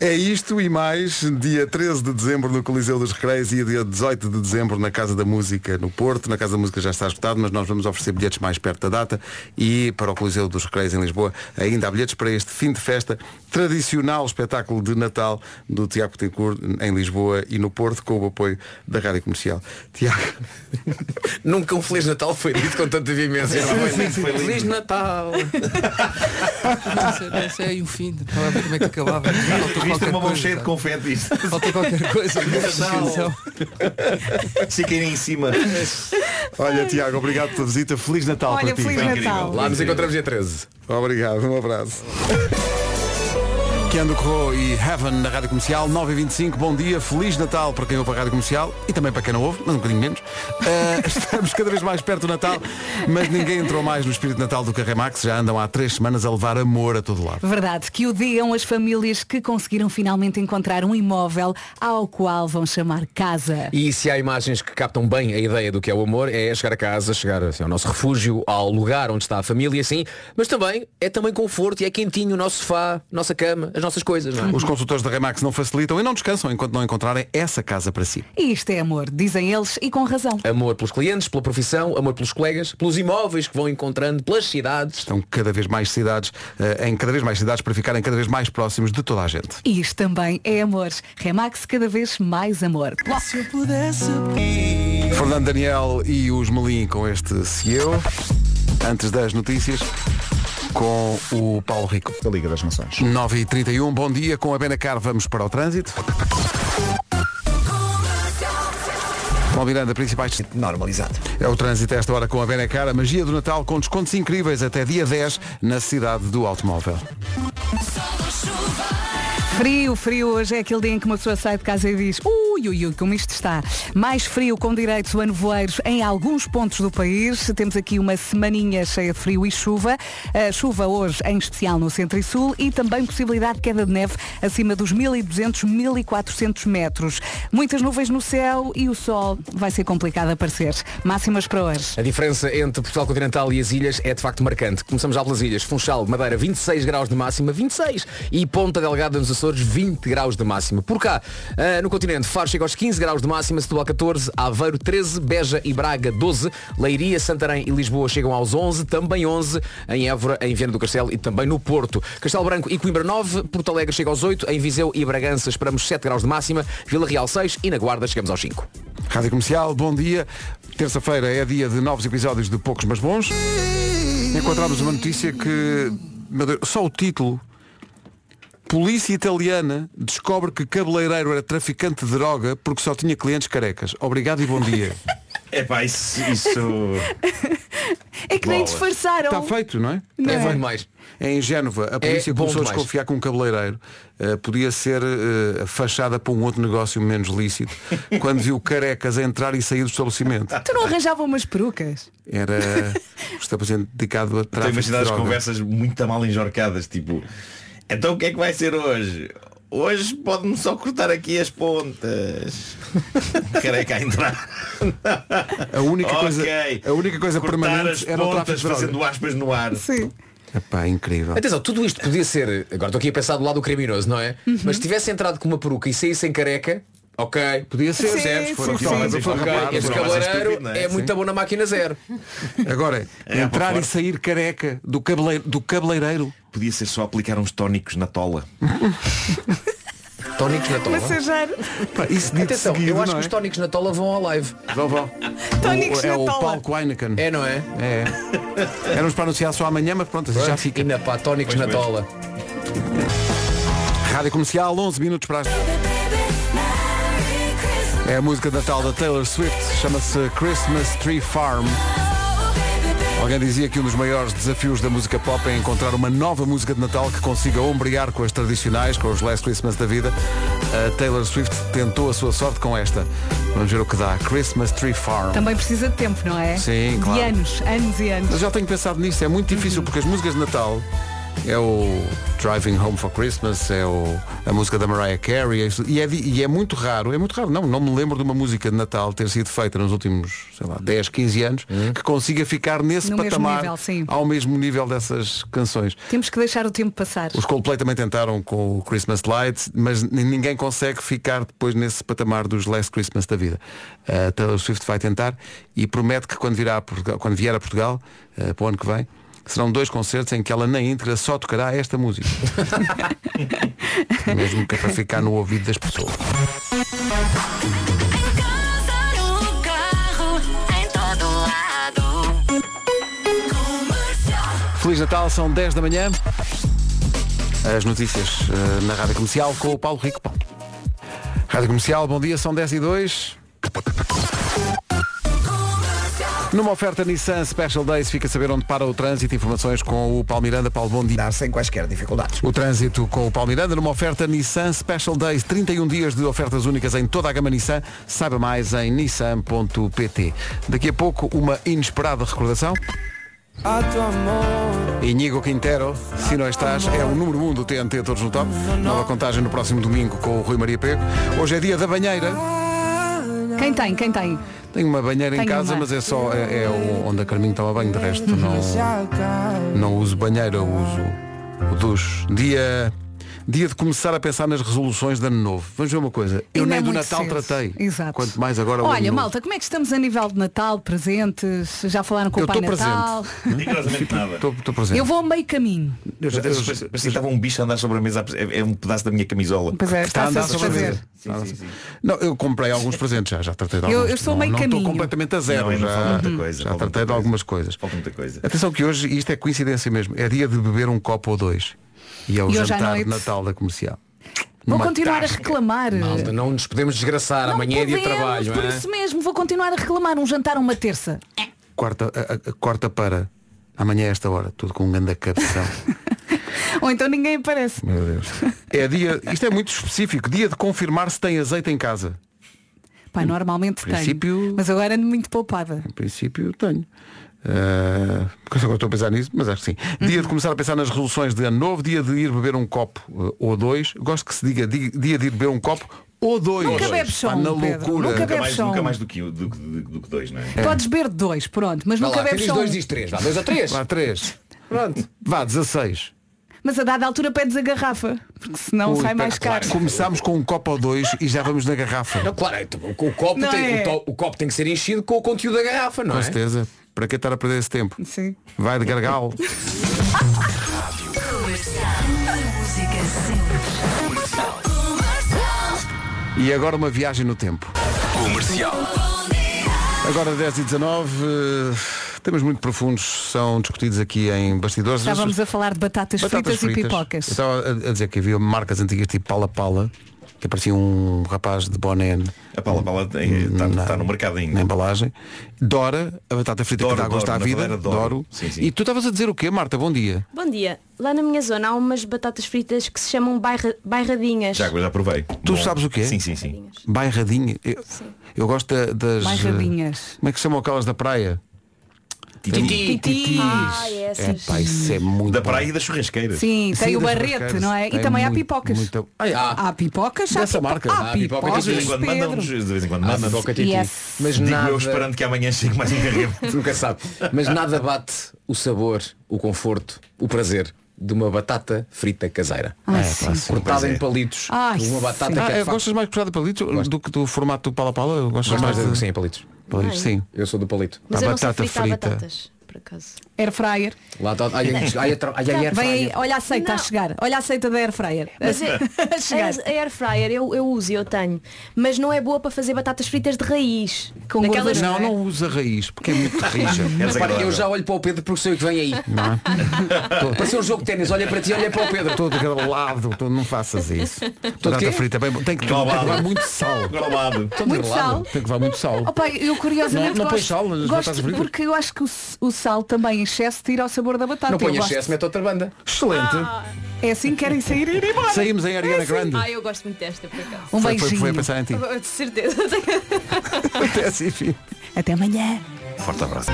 É isto e mais, dia 13 de dezembro no Coliseu dos Recreios e dia 18 de dezembro na Casa da Música no Porto. Na Casa da Música já está esgotado, mas nós vamos oferecer bilhetes mais perto da data e para o Coliseu dos Recreios em Lisboa ainda há bilhetes para este fim de festa tradicional espetáculo de Natal do Tiago Tencourt em Lisboa e no Porto com o apoio da Rádio Comercial. Tiago,
Nunca um Feliz Natal foi dito com tanta vivência.
Sim,
Foi
sim,
lindo,
sim.
foi lindo.
Feliz Natal! não sei, não sei aí um fim, de- não lembro como é que acabava. Faltou
Viste
qualquer
uma mão
coisa.
cheia de confete.
Faltou qualquer coisa.
Natal. Fiquem em cima.
Olha, Tiago, obrigado pela visita. Feliz Natal
Olha,
para ti.
Feliz Foi incrível. Natal. Lá nos encontramos dia 13.
Obrigado, um abraço. Keanu Corro e Heaven na Rádio Comercial, 9h25, bom dia, Feliz Natal para quem ouve a Rádio Comercial e também para quem não ouve, mas um bocadinho menos. Ah, estamos cada vez mais perto do Natal, mas ninguém entrou mais no espírito de Natal do que a Remax, já andam há três semanas a levar amor a todo lado.
Verdade, que o digam as famílias que conseguiram finalmente encontrar um imóvel ao qual vão chamar casa.
E se há imagens que captam bem a ideia do que é o amor, é chegar a casa, chegar assim, ao nosso refúgio, ao lugar onde está a família, assim, mas também é também conforto e é quentinho o nosso sofá, nossa cama, as nossas coisas, não é?
Os consultores da Remax não facilitam e não descansam enquanto não encontrarem essa casa para si.
E isto é amor, dizem eles, e com razão.
Amor pelos clientes, pela profissão, amor pelos colegas, pelos imóveis que vão encontrando, pelas cidades.
Estão cada vez mais cidades, ah, em cada vez mais cidades para ficarem cada vez mais próximos de toda a gente.
E isto também é amor. Remax cada vez mais amor. Se eu pudesse...
Fernando Daniel e os Melim com este Se Eu. Antes das notícias, com o Paulo Rico.
Da Liga das Nações.
9h31, bom dia. Com a Benacar vamos para o trânsito. Paulo Miranda, principais...
Normalizado.
É o trânsito a esta hora com a Benacar, a magia do Natal com descontos incríveis até dia 10 na cidade do automóvel.
Frio, frio, hoje é aquele dia em que uma pessoa sai de casa e diz Ui, Ui, ui, ui, como isto está. Mais frio com direitos a nevoeiros em alguns pontos do país. Temos aqui uma semaninha cheia de frio e chuva. A chuva hoje, em especial no centro e sul, e também possibilidade de queda de neve acima dos 1.200, 1.400 metros. Muitas nuvens no céu e o sol vai ser complicado a aparecer. Máximas para hoje.
A diferença entre Portugal Continental e as ilhas é de facto marcante. Começamos já pelas ilhas. Funchal, Madeira, 26 graus de máxima, 26. E Ponta Delgada nos Açores, 20 graus de máxima. Por cá, ah, no continente, Faro chega aos 15 graus de máxima, Setúbal 14, Aveiro 13, Beja e Braga 12, Leiria, Santarém e Lisboa chegam aos 11, também 11 em Évora, em Viana do Castelo e também no Porto. Castelo Branco e Coimbra 9, Porto Alegre chega aos 8, em Viseu e Bragança esperamos 7 graus de máxima, Vila Real 6 e na Guarda chegamos aos 5.
Rádio Comercial, bom dia. Terça-feira é dia de novos episódios de Poucos Mas Bons. Encontramos uma notícia que, meu Deus, só o título. Polícia italiana descobre que cabeleireiro era traficante de droga porque só tinha clientes carecas. Obrigado e bom dia.
É pá, isso.
É que nem
Bolas.
disfarçaram.
Está feito, não é?
Não É é? bom
demais.
É em Génova. A polícia
Então, É bom
começou a
demais.
desconfiar que um cabeleireiro eh, podia ser eh, fachada para um outro negócio menos lícito quando viu carecas entrar e sair do estabelecimento.
Tu não arranjavam umas perucas?
Era o estabelecimento dedicado a
Estou a
tráfico de
imaginar as
droga.
conversas muito mal enjorcadas, tipo, então o que é que vai ser hoje? Hoje pode-me só cortar aqui as pontas. Careca a entrar.
A única
Ok.
coisa, a única coisa
Cortar as
permanente era o tráfico
pontas
de droga.
fazendo aspas no ar.
Sim.
Epá, incrível.
Atenção, tudo isto podia ser, agora estou aqui a pensar do lado do criminoso, não é?
Uhum.
Mas se tivesse entrado com uma peruca e saísse em careca, ok.
Podia ser,
percebes?
sim,
Foram
sim,
formas
sim.
de falar.
Ok,
Ok, Este
foram formas
cabeleireiro
estúpidas,
é
sim.
muito bom na máquina zero.
Agora,
É,
entrar
por
e sair careca do cabeleireiro. Do cabeleireiro.
Podia ser só aplicar uns tónicos na tola.
tónicos na tola?
é
Massageiro.
Atenção, eu acho que os tónicos na tola vão ao live.
Vão, vão.
Tónicos
é? O- é
na
o
tola.
palco Heineken.
É, não é?
É. Éramos para anunciar só amanhã, mas pronto, assim já fica.
E na pá, tónicos
Pois
na
mesmo.
tola.
Rádio Comercial, 11 minutos para as... É a música de Natal da Taylor Swift, chama-se Christmas Tree Farm. Alguém dizia que um dos maiores desafios da música pop é encontrar uma nova música de Natal que consiga ombrear com as tradicionais, com os Last Christmas da vida. A Taylor Swift tentou a sua sorte com esta. Vamos ver o que dá. Christmas Tree Farm.
Também precisa de tempo, não é?
Sim, claro.
De anos, anos e anos.
Mas já tenho pensado nisso, é muito difícil
Uhum.
porque as músicas de Natal é o Driving Home for Christmas, é o, a música da Mariah Carey, é isso- e é, di- e é muito raro, é muito raro, não, não me lembro de uma música de Natal ter sido feita nos últimos, sei lá, 10, 15 anos, que consiga ficar nesse
Uhum. No mesmo
patamar
nível, sim.
ao mesmo nível dessas canções.
Temos que deixar o tempo passar.
Os Coldplay também tentaram com o Christmas Lights, mas ni- ninguém consegue ficar depois nesse patamar dos Last Christmas da vida. A Taylor Swift vai tentar e promete que quando, virá a Portugal- quando vier a Portugal, eh, para o ano que vem, serão dois concertos em que ela na íntegra só tocará esta música. Mesmo que é para ficar no ouvido das pessoas.
No carro, em todo lado.
Feliz Natal, são 10 da manhã. As notícias eh, na Rádio Comercial com o Paulo Rico. Paulo. Rádio Comercial, bom dia, são 10 e 2. Numa oferta Nissan Special Days, fica a saber onde para o trânsito. Informações com o Paulo Miranda. Paulo, bom dia. Dar sem quaisquer dificuldades. O trânsito com o Paulo Miranda numa oferta Nissan Special Days. 31 dias de ofertas únicas em toda a gama Nissan. Saiba mais em nissan.pt. Daqui a pouco, uma inesperada recordação. Inigo Quintero, se não estás, é o número 1 um do TNT Todos no Top. Nova contagem no próximo domingo com o Rui Maria Pego. Hoje é dia da banheira.
Quem tem, quem tem?
Tenho uma banheira em
Tenho
casa,
uma.
mas é só é, é o- onde a Carminho toma banho, de resto não, não uso banheiro, eu uso o duche. Dia, dia de começar a pensar nas resoluções de ano novo. Vamos ver uma coisa. Eu
Ainda é
nem do
muito
Natal
cedo.
tratei.
Exato.
Quanto mais agora o ano
Olha,
novo.
malta, como é que estamos a nível de Natal, presentes? Já falaram com
Eu
o Pai
estou
Natal?
presente.
Rigorosamente nada.
Estou presente.
Eu vou ao meio caminho.
Uhum. Tipo, Eu já- eu-
Parecia que estava um bicho a andar sobre a mesa. É, é um pedaço da minha camisola.
Pois é, está a
andar
se
sobre a
desfazer.
mesa. Não, eu comprei alguns presentes já, já tratei de
Eu-
alguns.
eu estou
não,
meio
não
caminho.
estou completamente a zero.
Não, ainda
já
falta muita coisa,
já
falta
tratei de algumas coisas.
Falta muita coisa.
Atenção que hoje, e isto é coincidência mesmo, é dia de beber um copo ou dois. E é o
E hoje à
jantar de
noite?
Natal da comercial.
Vou
Uma
continuar
tasca.
a reclamar.
Malta, não nos podemos desgraçar. Amanhã é dia de
Podemos,
trabalho,
por
não é?
isso mesmo, vou continuar a reclamar um jantar uma terça.
Quarta, a- a- a quarta para amanhã a esta hora, tudo com um grande cabeção.
Ou então ninguém aparece.
Meu Deus. É dia, isto é muito específico, dia de confirmar se tem azeite em casa.
Pá, normalmente tenho.
princípio-
Mas agora ando muito poupada.
Em princípio tenho. Uh, agora estou a pensar nisso, mas acho que sim. Dia de começar a pensar nas resoluções de ano novo, dia de ir beber um copo eh, ou dois. Gosto que se diga di- dia de ir beber um copo ou dois.
Nunca
Ou
bebes
dois. Pá,
só um,
na
Pedro.
loucura.
Nunca bebes
mais,
só
nunca
um.
mais do que, do, que- do, que- do que dois, não é?
Podes beber dois, pronto, mas
Vá
nunca
lá, quem
bebes
diz
só
dois
um.
diz três, vá, dois ou três.
Vá, três. Pronto. Vá, 16.
Mas a dada altura pedes a garrafa, porque senão
Ui,
sai
pá,
mais
claro.
caro.
Começámos com um copo ou dois e já vamos na garrafa.
Não, claro, é,
então,
tu- o, o copo
Não
tem,
é.
o, to- o copo tem que ser enchido com o conteúdo da garrafa, não
com
é?
certeza. Para que estar a perder esse tempo?
Sim.
Vai de gargalo. E agora uma viagem no tempo.
Comercial.
Agora 10 e 19, eh, temas muito profundos são discutidos aqui em bastidores.
Estávamos a falar de batatas, fritas, e pipocas.
Eu estava a a dizer que havia marcas antigas tipo Pala Pala, que aparecia um rapaz de boné.
A Pala Pala
Hum,
está tá no mercado ainda.
Na embalagem. Dora, a batata frita
Doro,
que dá gosto
Doro,
à
na
vida.
verdade era Doro. Sim, sim.
E tu estavas a dizer o quê, Marta? Bom dia.
Bom dia. Lá na minha zona há umas batatas fritas que se chamam bairra- bairradinhas.
Já, já provei.
Tu
Bom.
sabes o quê?
Sim, sim, sim.
Bairradinha. Eu, eu gosto da- das.
Bairradinhas.
Como é que se chamam aquelas da praia?
Titi.
Tem-
Titis. Ah, essas.
Epá, isso é muito
Da praia e das churrasqueiras.
Sim, tem o
das
barrete,
barraqueiras.
não é? E
Tem
também há
muito,
pipocas. Ah,
muito- Ah, é.
há. pipocas, há
Dessa
pipo-
marca.
Há
Há pipocas,
pipocas,
de vez em quando mandam
Pedro.
de vez em quando
Ah,
mandam
um
pipoca Titi. Yes. Mas
Digo
nada-
eu esperando que amanhã chegue mais um carregamento.
Nunca sabe. Mas nada bate o sabor, o conforto, o prazer de uma batata frita caseira.
Ah, É, sim. pá, sim.
Cortada
Pois é.
em palitos.
Ah,
uma batata
ah,
que é
é,
de facto-
gostas mais de cruzada de palitos do que do formato do pala-pala? Eu gosto
Gosto
mais
mais
de...
de- sim, palitos.
Palitos,
Ai.
sim.
Eu sou do palito.
Mas eu não sei fritar batatas, por acaso.
Air fryer.
Lá tá- ai, ai, ai, ai,
É
ai, ai, air
Vem aí,
fryer.
olha a seita a chegar. Olha a seita da air fryer.
Mas é,
a chegar.
a air fryer eu, eu uso e eu tenho. Mas não é boa para fazer batatas fritas de raiz. Com
Não,
Daquelas-
não, usa raiz, porque é muito rija.
Repara, Hum, eu já olho para o Pedro porque sei o que vem aí.
Não é?
Pareceu um jogo de ténis, olha para ti, olha para o Pedro.
Todo aquele lado, tu não faças isso.
quê?
Batata frita, bem, tem que tem que
Globado.
levar muito sal.
Globado.
Todo
Muito
lado.
sal?
Tem que levar muito sal.
Opa, eu curiosamente
Não, não
gosto,
pões sal nas
gosto
batatas fritas?
porque eu acho que o, s- o sal também em excesso tira o sabor da batata.
Não
Eu
ponha
gosto. Ah,
excesso, mete outra banda.
Excelente.
É assim que querem sair e ir embora.
Saímos em Ariana Grande.
Ah, eu gosto muito desta, por acaso.
Um
Foi- foi-
beijinho.
foi a pensar em ti.
De certeza.
Até assim, enfim.
Até amanhã.
Forte abraço.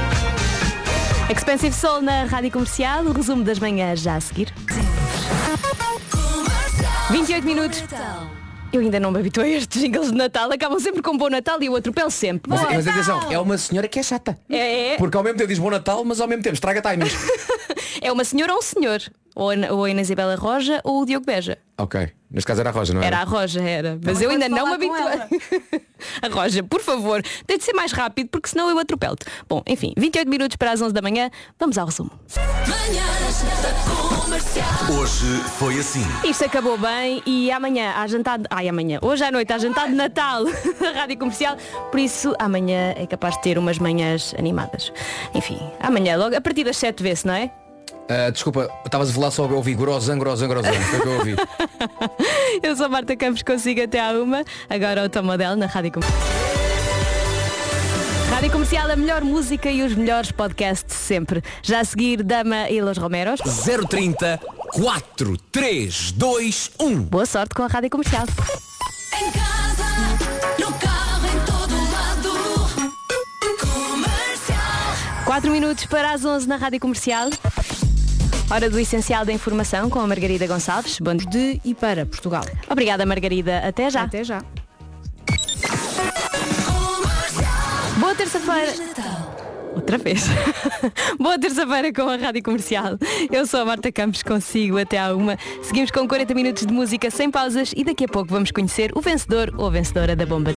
Expensive Soul na Rádio Comercial, o resumo das manhãs já a seguir. 28 minutos. Eu ainda não me habituei a estes jingles de Natal, acabam sempre com Bom Natal e eu atropelo sempre.
Mas,
Bom
mas
Natal!
atenção, é uma senhora que é chata.
É, é.
Porque ao mesmo tempo diz bom Natal, mas ao mesmo tempo estraga timings.
É uma senhora ou um senhor? Ou, a- ou a Inês Isabela Roja ou o Diogo Beja?
ok. Neste caso era a Roja, não é?
Era a Roja, era. Mas
Também
eu ainda
pode
não me
falar
habituei. a Roja, por favor, tem de ser mais rápido porque senão eu atropelo-te. Bom, enfim, 28 minutos para as 11 da manhã, vamos ao resumo.
Hoje foi assim.
Isto acabou bem e amanhã há jantar de... Ai, amanhã. Hoje à noite há jantar de Natal na Rádio Comercial. Por isso, amanhã é capaz de ter umas manhãs animadas. Enfim, amanhã logo, a partir das 7 vê-se, não é?
Ah, desculpa, estavas a falar só o que eu ouvi. Grozan, grozan, grozan. Foi o que eu ouvi.
Eu sou a Marta Campos, consigo até à uma. Agora o Tom Model na Rádio Comercial. Rádio Comercial, a melhor música e os melhores podcasts sempre. Já a seguir, Dama e Los Romeros.
030 4 3 2 1.
Boa sorte com a Rádio Comercial. Quatro minutos para as 11 na Rádio Comercial. Hora do Essencial da Informação com a Margarida Gonçalves. Bom de e para Portugal. Obrigada, Margarida. Até já. Tá. Até já. Boa terça-feira. Outra vez. Boa terça-feira com a Rádio Comercial. Eu sou a Marta Campos, consigo até à uma. Seguimos com 40 minutos de música sem pausas e daqui a pouco vamos conhecer o vencedor ou vencedora da bomba.